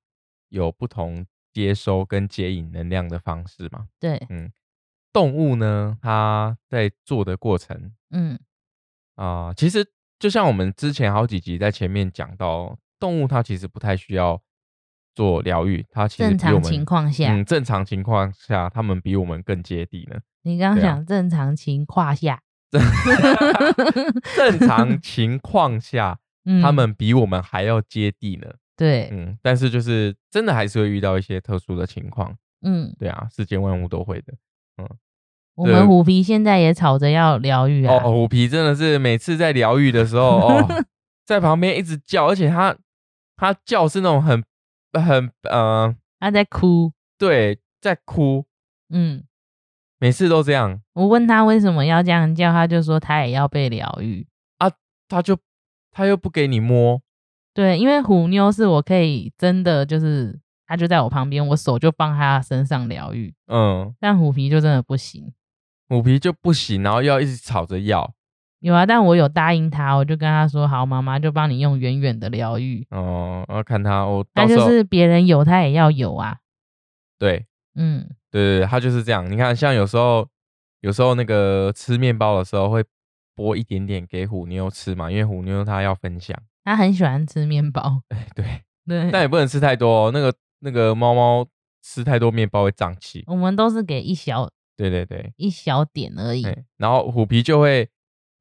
Speaker 1: 有不同接收跟接引能量的方式嘛，嗯
Speaker 2: 对，
Speaker 1: 动物呢，它在做的过程
Speaker 2: 嗯
Speaker 1: 啊、其实就像我们之前好几集在前面讲到，动物它其实不太需要做疗愈，它其实
Speaker 2: 正
Speaker 1: 比我
Speaker 2: 常
Speaker 1: 们
Speaker 2: 情况下，
Speaker 1: 嗯，正常情况下，它们比我们更接地呢。
Speaker 2: 你刚刚
Speaker 1: 对啊
Speaker 2: 讲正常情况下，
Speaker 1: 正
Speaker 2: [LAUGHS]
Speaker 1: 常情况下，
Speaker 2: 嗯
Speaker 1: 它们比我们还要接地呢。
Speaker 2: 对，
Speaker 1: 嗯，但是就是真的还是会遇到一些特殊的情况，
Speaker 2: 嗯，
Speaker 1: 对啊，世间万物都会的。
Speaker 2: 我
Speaker 1: 对
Speaker 2: 们虎皮现在也吵着要疗愈
Speaker 1: 哦，
Speaker 2: 啊， [LAUGHS]
Speaker 1: 虎皮真的是每次在疗愈的时候，哦，在旁边一直叫，而且它它叫是那种很很呃，
Speaker 2: 他在哭。
Speaker 1: 对，在哭，
Speaker 2: 嗯，
Speaker 1: 每次都这样，
Speaker 2: 我问他为什么要这样叫，他就说他也要被疗愈。
Speaker 1: 它就它又不给你摸，
Speaker 2: 对，因为虎妞是我可以真的就是，他就在我旁边，我手就放他身上疗愈，
Speaker 1: 嗯，
Speaker 2: 但虎皮就真的不行。
Speaker 1: 虎皮就不行，然后又要一直吵着要，
Speaker 2: 有啊，但我有答应他，我就跟他说好，妈妈就帮你用远远的疗愈。
Speaker 1: 哦、然后看他，我
Speaker 2: 那
Speaker 1: 到时
Speaker 2: 就
Speaker 1: 候、
Speaker 2: 是别人有他也要有啊，
Speaker 1: 对
Speaker 2: 嗯，
Speaker 1: 对对对，他就是这样。你看，像有时候有时候那个吃面包的时候会拨一点点给虎妞吃嘛，因为虎妞她要分享， [LAUGHS]
Speaker 2: 他很喜欢吃面包，
Speaker 1: 哎对，
Speaker 2: 对，
Speaker 1: 但也不能吃太多、哦，那个那个猫猫吃太多面包会胀气，
Speaker 2: 我们都是给一小
Speaker 1: 对对对，
Speaker 2: 一小点而已，
Speaker 1: 哎，然后虎皮就会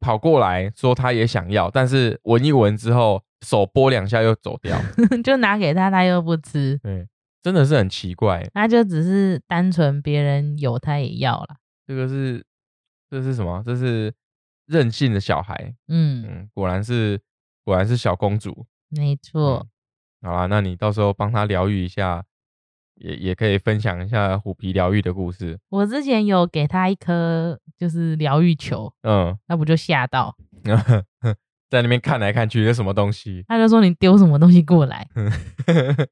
Speaker 1: 跑过来说他也想要，但是闻一闻之后手拨两下又走
Speaker 2: [LAUGHS]
Speaker 1: 掉，
Speaker 2: [LAUGHS] 就拿给他，他又不吃，
Speaker 1: 对，真的是很奇怪，
Speaker 2: 他就只是单纯别人有他也要啦。
Speaker 1: 这个是这是什么？这是任性的小孩，
Speaker 2: 嗯，
Speaker 1: 嗯，果然是果然是小公主。
Speaker 2: 没
Speaker 1: 嗯
Speaker 2: 错，
Speaker 1: 好啦，那你到时候帮她疗愈一下，也也可以分享一下虎皮疗愈的故事。
Speaker 2: 我之前有给他一颗就是疗愈球，
Speaker 1: 嗯，
Speaker 2: 那不就吓到，
Speaker 1: [LAUGHS] 在那边看来看去，有什么东西？ [LAUGHS]
Speaker 2: 他就说你丢什么东西过来，
Speaker 1: 嗯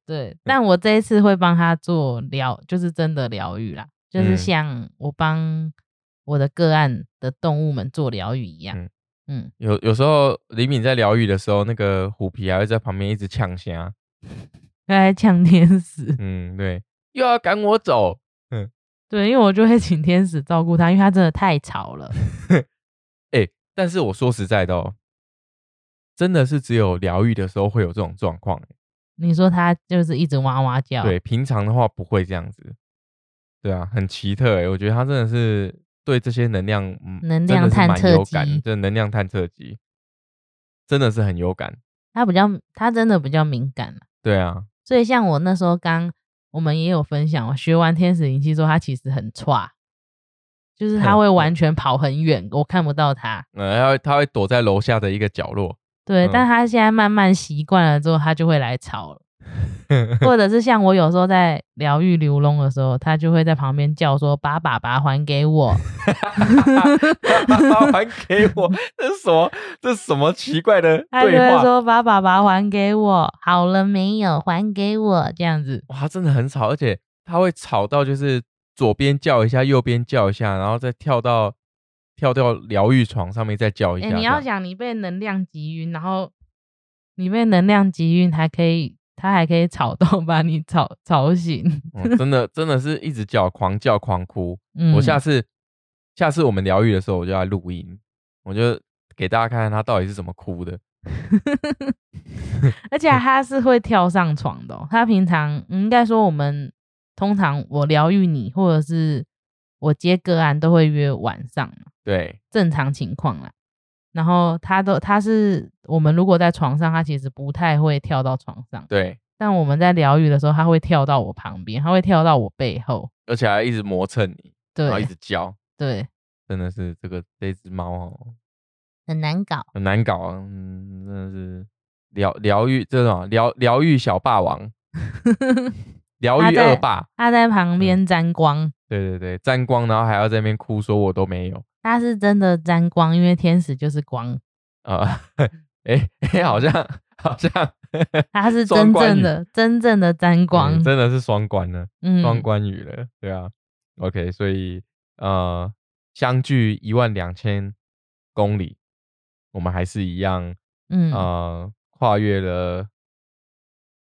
Speaker 2: 对，但我这一次会帮他做疗，就是真的疗愈啦，就是
Speaker 1: 嗯
Speaker 2: 像我帮我的个案的动物们做疗愈一样。
Speaker 1: 嗯
Speaker 2: 嗯
Speaker 1: 有有时候李敏在疗愈的时候，那个虎皮还会在旁边一直呛虾。
Speaker 2: 用来抢天使， [LAUGHS]
Speaker 1: 嗯，对，又要赶我走。
Speaker 2: 对，因为我就会请天使照顾它，因为它真的太
Speaker 1: [LAUGHS]
Speaker 2: 吵了。
Speaker 1: 但是我说实在的、哦，真的是只有疗愈的时候会有这种状况。
Speaker 2: 你说它就是一直哇哇叫，
Speaker 1: 对，平常的话不会这样子。对啊，很奇特诶、我觉得他真的是对这些能量，嗯，
Speaker 2: 能
Speaker 1: 真的
Speaker 2: 量
Speaker 1: 是
Speaker 2: 探
Speaker 1: 蛮
Speaker 2: 测
Speaker 1: 有感，
Speaker 2: 机
Speaker 1: 这能量探测机真的是很有感。
Speaker 2: 它比较，它真的比较敏感啦
Speaker 1: 对啊，
Speaker 2: 所以像我那时候刚，我们也有分享，我学完天使灵气之后，它其实很差，就是它
Speaker 1: 哼
Speaker 2: 会
Speaker 1: 嗯
Speaker 2: 完全跑很远，我看不到它。
Speaker 1: 呃，他会他会躲在楼下的一个角落，
Speaker 2: 对，
Speaker 1: 嗯
Speaker 2: 但他现在慢慢习惯了之后，他就会来吵了，或者是像我有时候在疗愈流胧的时候，他就会在旁边叫说：“把爸爸还
Speaker 1: [LAUGHS]
Speaker 2: 给我
Speaker 1: 还给我，这是什么？这是什么奇怪的！”
Speaker 2: 他就
Speaker 1: 对
Speaker 2: 会
Speaker 1: 话？
Speaker 2: 说：“把爸爸还给我，好了没有？还给我。”这样子，
Speaker 1: 哇，他真的很吵，而且他会吵到就是左边叫一下，右边叫一下，然后再跳到跳到疗愈床上面再叫一
Speaker 2: 哎、
Speaker 1: 下。
Speaker 2: 你要
Speaker 1: 这样
Speaker 2: 想你被能量击晕，然后你被能量击晕，还可以，他还可以吵到把你吵吵醒。
Speaker 1: 嗯真的真的是一直叫，狂叫狂哭。
Speaker 2: [LAUGHS] 嗯，
Speaker 1: 我下次下次我们疗愈的时候，我就要录音，我就给大家看看他到底是怎么哭的。
Speaker 2: [LAUGHS] 而且
Speaker 1: [LAUGHS]
Speaker 2: 他是会跳上床的哦、他平常嗯应该说我们通常我疗愈你，或者是我接个案都会约晚上嘛，
Speaker 1: 对，
Speaker 2: 正常情况啦。然后他都他是我们如果在床上，他其实不太会跳到床上，
Speaker 1: 对，
Speaker 2: 但我们在疗愈的时候，他会跳到我旁边，他会跳到我背后。
Speaker 1: 而且还一直磨蹭你，然后一
Speaker 2: 对
Speaker 1: 直叫，
Speaker 2: 对，
Speaker 1: 真的是这个这只猫哦
Speaker 2: 很难 [LAUGHS] 搞。
Speaker 1: 很难搞啊，嗯，真的是疗疗愈这种疗疗愈小霸王，疗
Speaker 2: 他
Speaker 1: 愈
Speaker 2: 在
Speaker 1: 恶霸，
Speaker 2: 他在
Speaker 1: 嗯
Speaker 2: 旁边沾光，
Speaker 1: 对对对，沾光然后还要在那边哭说我都没有，
Speaker 2: 他是真的沾光，因为天使就是光，
Speaker 1: 呃， [LAUGHS] 哎哎，好像好
Speaker 2: [LAUGHS]
Speaker 1: 像
Speaker 2: 他是
Speaker 1: 双
Speaker 2: 真
Speaker 1: 关
Speaker 2: 正
Speaker 1: 语
Speaker 2: 的真正的沾光
Speaker 1: 嗯。真的是双关呢。
Speaker 2: 嗯
Speaker 1: 双关语了，对啊，OK，所以呃，相距一万两千公里，我们还是一样，
Speaker 2: 嗯
Speaker 1: 呃，跨越了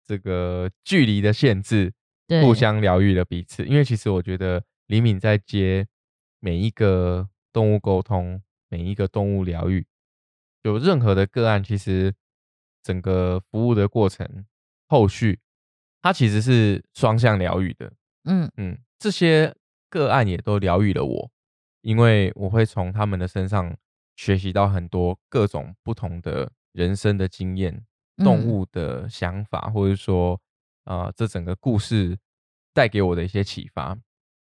Speaker 1: 这个距离的限制，
Speaker 2: 对，
Speaker 1: 互相疗愈了彼此。因为其实我觉得李敏在接每一个动物沟通，每一个动物疗愈，有任何的个案，其实整个服务的过程后续，它其实是双向疗愈的。
Speaker 2: 嗯
Speaker 1: 嗯，这些个案也都疗愈了我，因为我会从他们的身上学习到很多各种不同的人生的经验、动
Speaker 2: 嗯
Speaker 1: 物的想法，或者说，呃，这整个故事带给我的一些启发。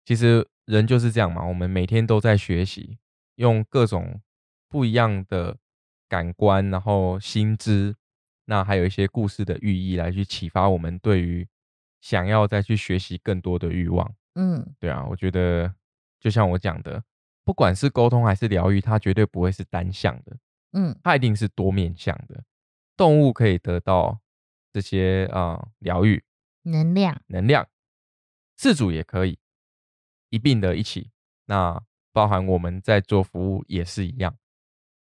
Speaker 1: 其实人就是这样嘛，我们每天都在学习，用各种不一样的感官，然后心智，那还有一些故事的寓意来去启发我们对于想要再去学习更多的欲望。
Speaker 2: 嗯，
Speaker 1: 对啊，我觉得就像我讲的，不管是沟通还是疗愈，它绝对不会是单向的，
Speaker 2: 嗯
Speaker 1: 它一定是多面向的。动物可以得到这些啊、呃疗愈
Speaker 2: 能量，
Speaker 1: 能量，饲主也可以一并的一起。那包含我们在做服务也是一样，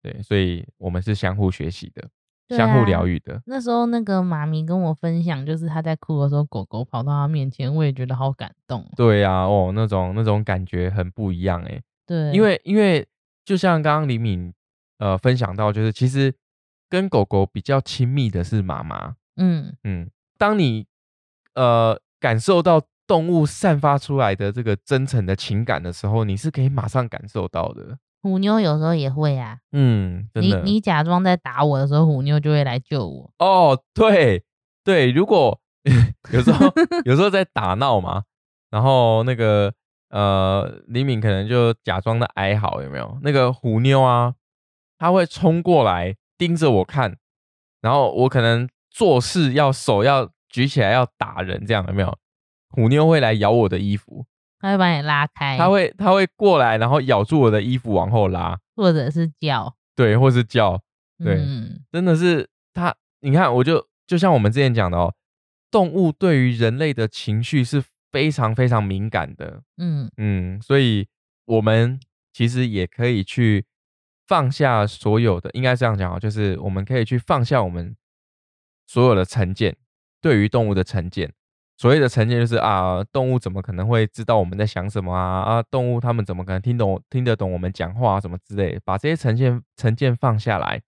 Speaker 1: 对，所以我们是相互学习的，
Speaker 2: 对
Speaker 1: 相互
Speaker 2: 啊
Speaker 1: 疗愈的。
Speaker 2: 那时候那个妈咪跟我分享，就是她在哭的时候，狗狗跑到她面前，我也觉得好感动哦。
Speaker 1: 对啊，哦，那种那种感觉很不一样诶、欸
Speaker 2: 对，
Speaker 1: 因为因为就像刚刚李敏呃分享到，就是其实跟狗狗比较亲密的是妈妈，
Speaker 2: 嗯
Speaker 1: 嗯，当你呃感受到动物散发出来的这个真诚的情感的时候，你是可以马上感受到的，
Speaker 2: 虎妞有时候也会啊，
Speaker 1: 嗯，真
Speaker 2: 你
Speaker 1: 的，
Speaker 2: 你假装在打我的时候，虎妞就会来救我。
Speaker 1: 哦，对对，如果 [LAUGHS] 有时
Speaker 2: [LAUGHS]
Speaker 1: 候有时候在打闹嘛，然后那个呃李敏可能就假装的哀嚎，有没有？那个虎妞啊，她会冲过来盯着我看，然后我可能做事要手要举起来要打人，这样有没有？虎妞会来咬我的衣服，
Speaker 2: 他会把你拉开，
Speaker 1: 她会她会过来，然后咬住我的衣服往后拉，
Speaker 2: 或者是叫，
Speaker 1: 对，或是叫，对
Speaker 2: 嗯，
Speaker 1: 真的是它，你看，我就就像我们之前讲的哦，动物对于人类的情绪是非常非常敏感的，
Speaker 2: 嗯
Speaker 1: 嗯，所以我们其实也可以去放下所有的，应该这样讲哦，就是我们可以去放下我们所有的成见，对于动物的成见。所谓的成见就是啊，动物怎么可能会知道我们在想什么啊？啊，动物它们怎么可能听懂听得懂我们讲话啊？什么之类的，把这些成见成见放下来，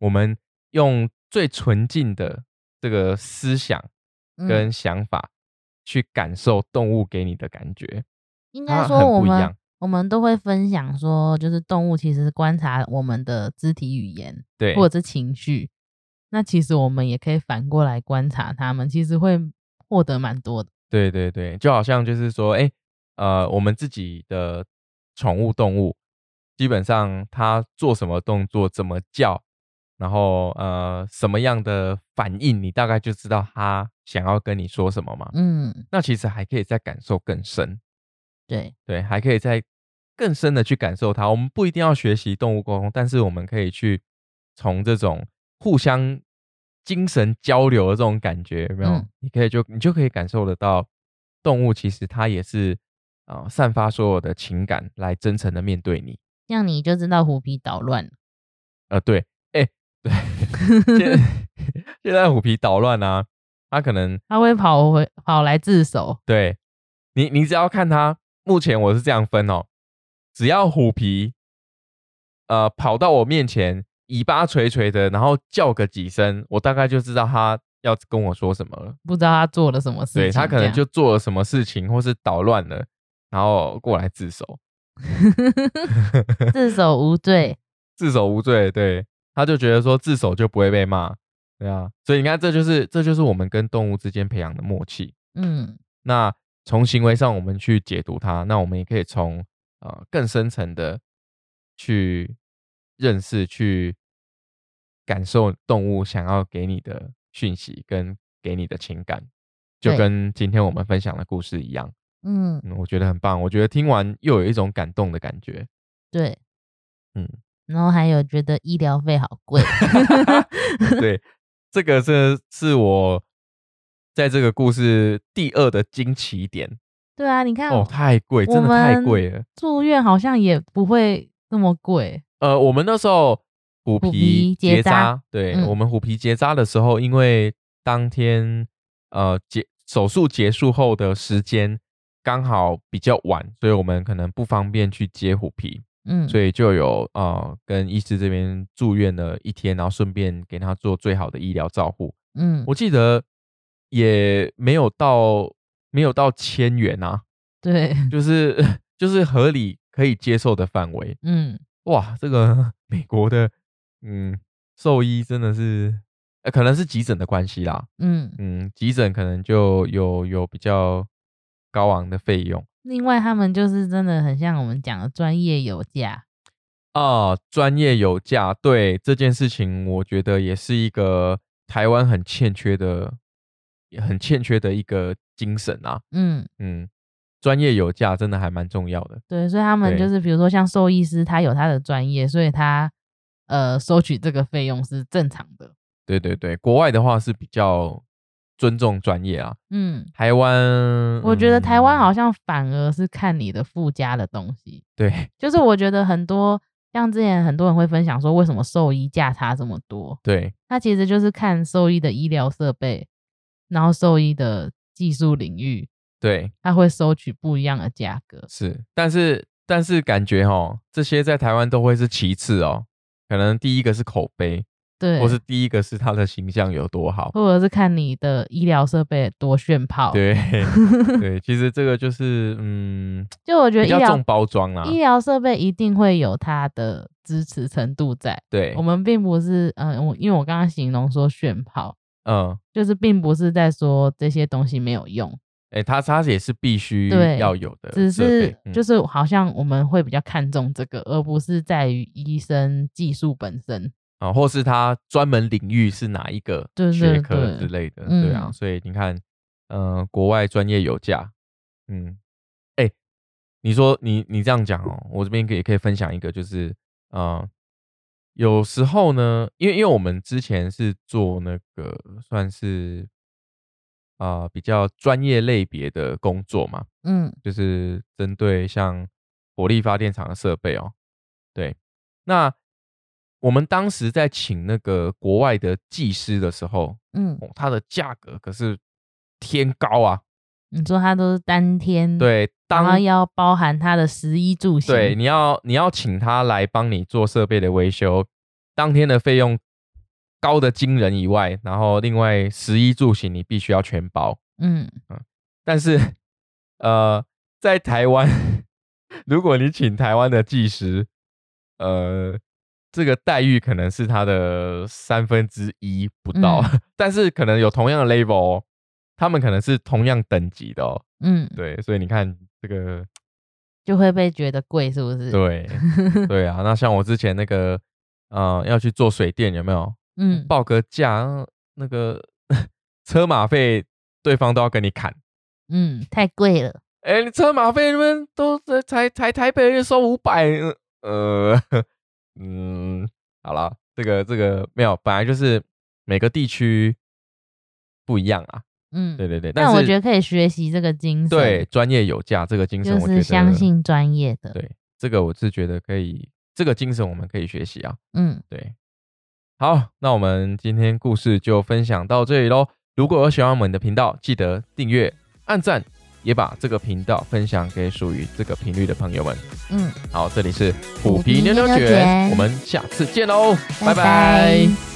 Speaker 1: 我们用最纯净的这个思想
Speaker 2: 嗯
Speaker 1: 跟想法去感受动物给你的感觉。
Speaker 2: 应
Speaker 1: 它
Speaker 2: 该
Speaker 1: 很
Speaker 2: 说我
Speaker 1: 不一
Speaker 2: 们、
Speaker 1: 样
Speaker 2: 我们都会分享说，就是动物其实是观察我们的肢体语言
Speaker 1: 对，
Speaker 2: 或者是情绪，那其实我们也可以反过来观察它们，其实会获得蛮多的。
Speaker 1: 对对对，就好像就是说，哎，呃，我们自己的宠物动物，基本上它做什么动作，怎么叫，然后呃，什么样的反应，你大概就知道它想要跟你说什么嘛。
Speaker 2: 嗯，
Speaker 1: 那其实还可以再感受更深，
Speaker 2: 对，
Speaker 1: 对，还可以再更深的去感受它。我们不一定要学习动物沟通，但是我们可以去从这种互相精神交流的这种感觉，有没有？
Speaker 2: 嗯
Speaker 1: 你可以就你就可以感受得到，动物其实它也是啊、呃散发所有的情感来真诚的面对你。
Speaker 2: 这样你就知道虎皮捣乱了。
Speaker 1: 呃，对，哎，对， [LAUGHS] 现现在虎皮捣乱啊，它可能
Speaker 2: 它会跑回跑来自首，
Speaker 1: 对你，你只要看它，目前我是这样分哦，只要虎皮，呃，跑到我面前，尾巴垂垂的，然后叫个几声，我大概就知道它要跟我说什么了。
Speaker 2: 不知道它做了什么事情。
Speaker 1: 对，它可
Speaker 2: 这
Speaker 1: 能
Speaker 2: 样
Speaker 1: 就做了什么事情，或是捣乱了，然后过来自首，
Speaker 2: 自首无 [LAUGHS] 罪。
Speaker 1: 自首无罪。对，他就觉得说自首就不会被骂。对啊，所以你看，这就是这就是我们跟动物之间培养的默契。
Speaker 2: 嗯，
Speaker 1: 那从行为上我们去解读它，那我们也可以从呃更深层的去认识、去感受动物想要给你的讯息跟给你的情感，就
Speaker 2: 对
Speaker 1: 跟今天我们分享的故事一样。
Speaker 2: 嗯，
Speaker 1: 嗯，我觉得很棒，我觉得听完又有一种感动的感
Speaker 2: [LAUGHS]
Speaker 1: 觉。
Speaker 2: 对，
Speaker 1: 嗯，
Speaker 2: 然后还有觉得医疗费好 [LAUGHS] 贵，
Speaker 1: 对，这个是是我在这个故事第二的惊奇点
Speaker 2: 对啊，你看、
Speaker 1: 哦，太贵，
Speaker 2: 我
Speaker 1: 真的太
Speaker 2: 们
Speaker 1: 贵了。
Speaker 2: 住院好像也不会那么贵，
Speaker 1: 呃，我们那时候虎皮
Speaker 2: 虎皮结
Speaker 1: 结
Speaker 2: 扎
Speaker 1: 对、
Speaker 2: 嗯
Speaker 1: 我们虎皮结扎的时候，因为当天呃结手术结束后的时间刚好比较晚，所以我们可能不方便去接虎皮，
Speaker 2: 嗯，
Speaker 1: 所以就有呃跟医师这边住院了一天，然后顺便给他做最好的医疗照护。
Speaker 2: 嗯，
Speaker 1: 我记得也没有到没有到千元啊，
Speaker 2: 对，
Speaker 1: 就是就是 [LAUGHS] 合理可以接受的范围。
Speaker 2: 嗯，
Speaker 1: 哇，这个 [LAUGHS] 美国的嗯兽医真的是，呃，可能是急诊的关系啦，
Speaker 2: 嗯，
Speaker 1: 嗯，急诊可能就有有比较高昂的费用
Speaker 2: 另外他们就是真的很像我们讲的专业有价，
Speaker 1: 啊。专业有价，对这件事情，我觉得也是一个台湾很欠缺的，很欠缺的一个精神啊。
Speaker 2: 嗯，
Speaker 1: 嗯，专业有价真的还蛮重要的。
Speaker 2: 对，所以他们
Speaker 1: 对
Speaker 2: 就是比如说像兽医师，他有他的专业，所以他呃收取这个费用是正常的。
Speaker 1: 对对对，国外的话是比较尊重专业啊。
Speaker 2: 嗯，
Speaker 1: 台湾，
Speaker 2: 我觉得台湾
Speaker 1: 嗯
Speaker 2: 好像反而是看你的附加的东西，
Speaker 1: 对
Speaker 2: 就是我觉得很多像之前很多人会分享说，为什么兽医价差这么多？
Speaker 1: 对
Speaker 2: 它其实就是看兽医的医疗设备，然后兽医的技术领域，
Speaker 1: 对
Speaker 2: 它会收取不一样的价格。
Speaker 1: 是，但是但是感觉哦，这些在台湾都会是其次哦，可能第一个是口碑，
Speaker 2: 对，
Speaker 1: 或是第一个是他的形象有多好。
Speaker 2: 或者是看你的医疗设备多炫炮。，
Speaker 1: 对
Speaker 2: [LAUGHS]
Speaker 1: 对，其实这个就是嗯，
Speaker 2: 就我觉得
Speaker 1: 比
Speaker 2: 医
Speaker 1: 较
Speaker 2: 疗、
Speaker 1: 重啊包装啦。
Speaker 2: 医疗设备一定会有它的支持程度在。
Speaker 1: 对
Speaker 2: 我，们并不是，嗯、我因为我刚刚形容说炫炮，
Speaker 1: 嗯，
Speaker 2: 就是并不是在说这些东西没有用，
Speaker 1: 哎，他他也是必须
Speaker 2: 对
Speaker 1: 要有的设备，
Speaker 2: 只是
Speaker 1: 嗯
Speaker 2: 就是好像我们会比较看重这个，而不是在于医生技术本身。
Speaker 1: 啊，或是他专门领域是哪一个
Speaker 2: 对对
Speaker 1: 学科
Speaker 2: 对
Speaker 1: 之类的，对啊，
Speaker 2: 嗯
Speaker 1: 所以你看，呃，国外专业有价，嗯，哎、你说你你这样讲哦，我这边可以可以分享一个，就是呃，有时候呢，因为因为我们之前是做那个算是啊、比较专业类别的工作嘛，
Speaker 2: 嗯
Speaker 1: 就是针对像火力发电厂的设备哦。对，那我们当时在请那个国外的技师的时候，
Speaker 2: 嗯，
Speaker 1: 哦，它的价格可是天高啊。
Speaker 2: 你说它都是当天，，
Speaker 1: 对，
Speaker 2: 嗯然后
Speaker 1: 当
Speaker 2: 要包含它的食衣住行，
Speaker 1: 对你要你要请他来帮你做设备的维修，当天的费用高的惊人以外，然后另外食衣住行你必须要全包。
Speaker 2: 嗯，
Speaker 1: 但是呃，在台湾， [LAUGHS] 如果你请台湾的技师，呃，这个待遇可能是他的三分之一不到，
Speaker 2: 嗯
Speaker 1: 但是可能有同样的 level，、哦、他们可能是同样等级的哦。
Speaker 2: 嗯，
Speaker 1: 对，所以你看这个，
Speaker 2: 就会被觉得贵，是不是？，
Speaker 1: 对对啊，那像我之前那个呃要去做水电有没有
Speaker 2: 嗯，
Speaker 1: 报个价，那个 [LAUGHS] 车马费对方都要跟你砍。
Speaker 2: 嗯，太贵了。
Speaker 1: 哎、你车马费那边都才才才台北人收五百，呃， [LAUGHS] 嗯，好啦，这个这个没有，本来就是每个地区不一样啊，
Speaker 2: 嗯，
Speaker 1: 对对对，
Speaker 2: 但
Speaker 1: 是
Speaker 2: 我觉得可以学习这个精神，
Speaker 1: 对，专业有价这个精神，
Speaker 2: 就
Speaker 1: 我觉
Speaker 2: 是
Speaker 1: 得
Speaker 2: 相信专业的。
Speaker 1: 对这个我是觉得可以，这个精神我们可以学习啊，
Speaker 2: 嗯，
Speaker 1: 对，好，那我们今天故事就分享到这里喽。如果有喜欢我们的频道，记得订阅、按赞，也把这个频道分享给属于这个频率的朋友们。
Speaker 2: 嗯，
Speaker 1: 好，这里是
Speaker 2: 虎
Speaker 1: 虎
Speaker 2: 皮
Speaker 1: 皮
Speaker 2: 牛
Speaker 1: 牛
Speaker 2: 牛
Speaker 1: 牛
Speaker 2: 卷
Speaker 1: 卷，我们下次见喽，拜
Speaker 2: 拜拜
Speaker 1: 拜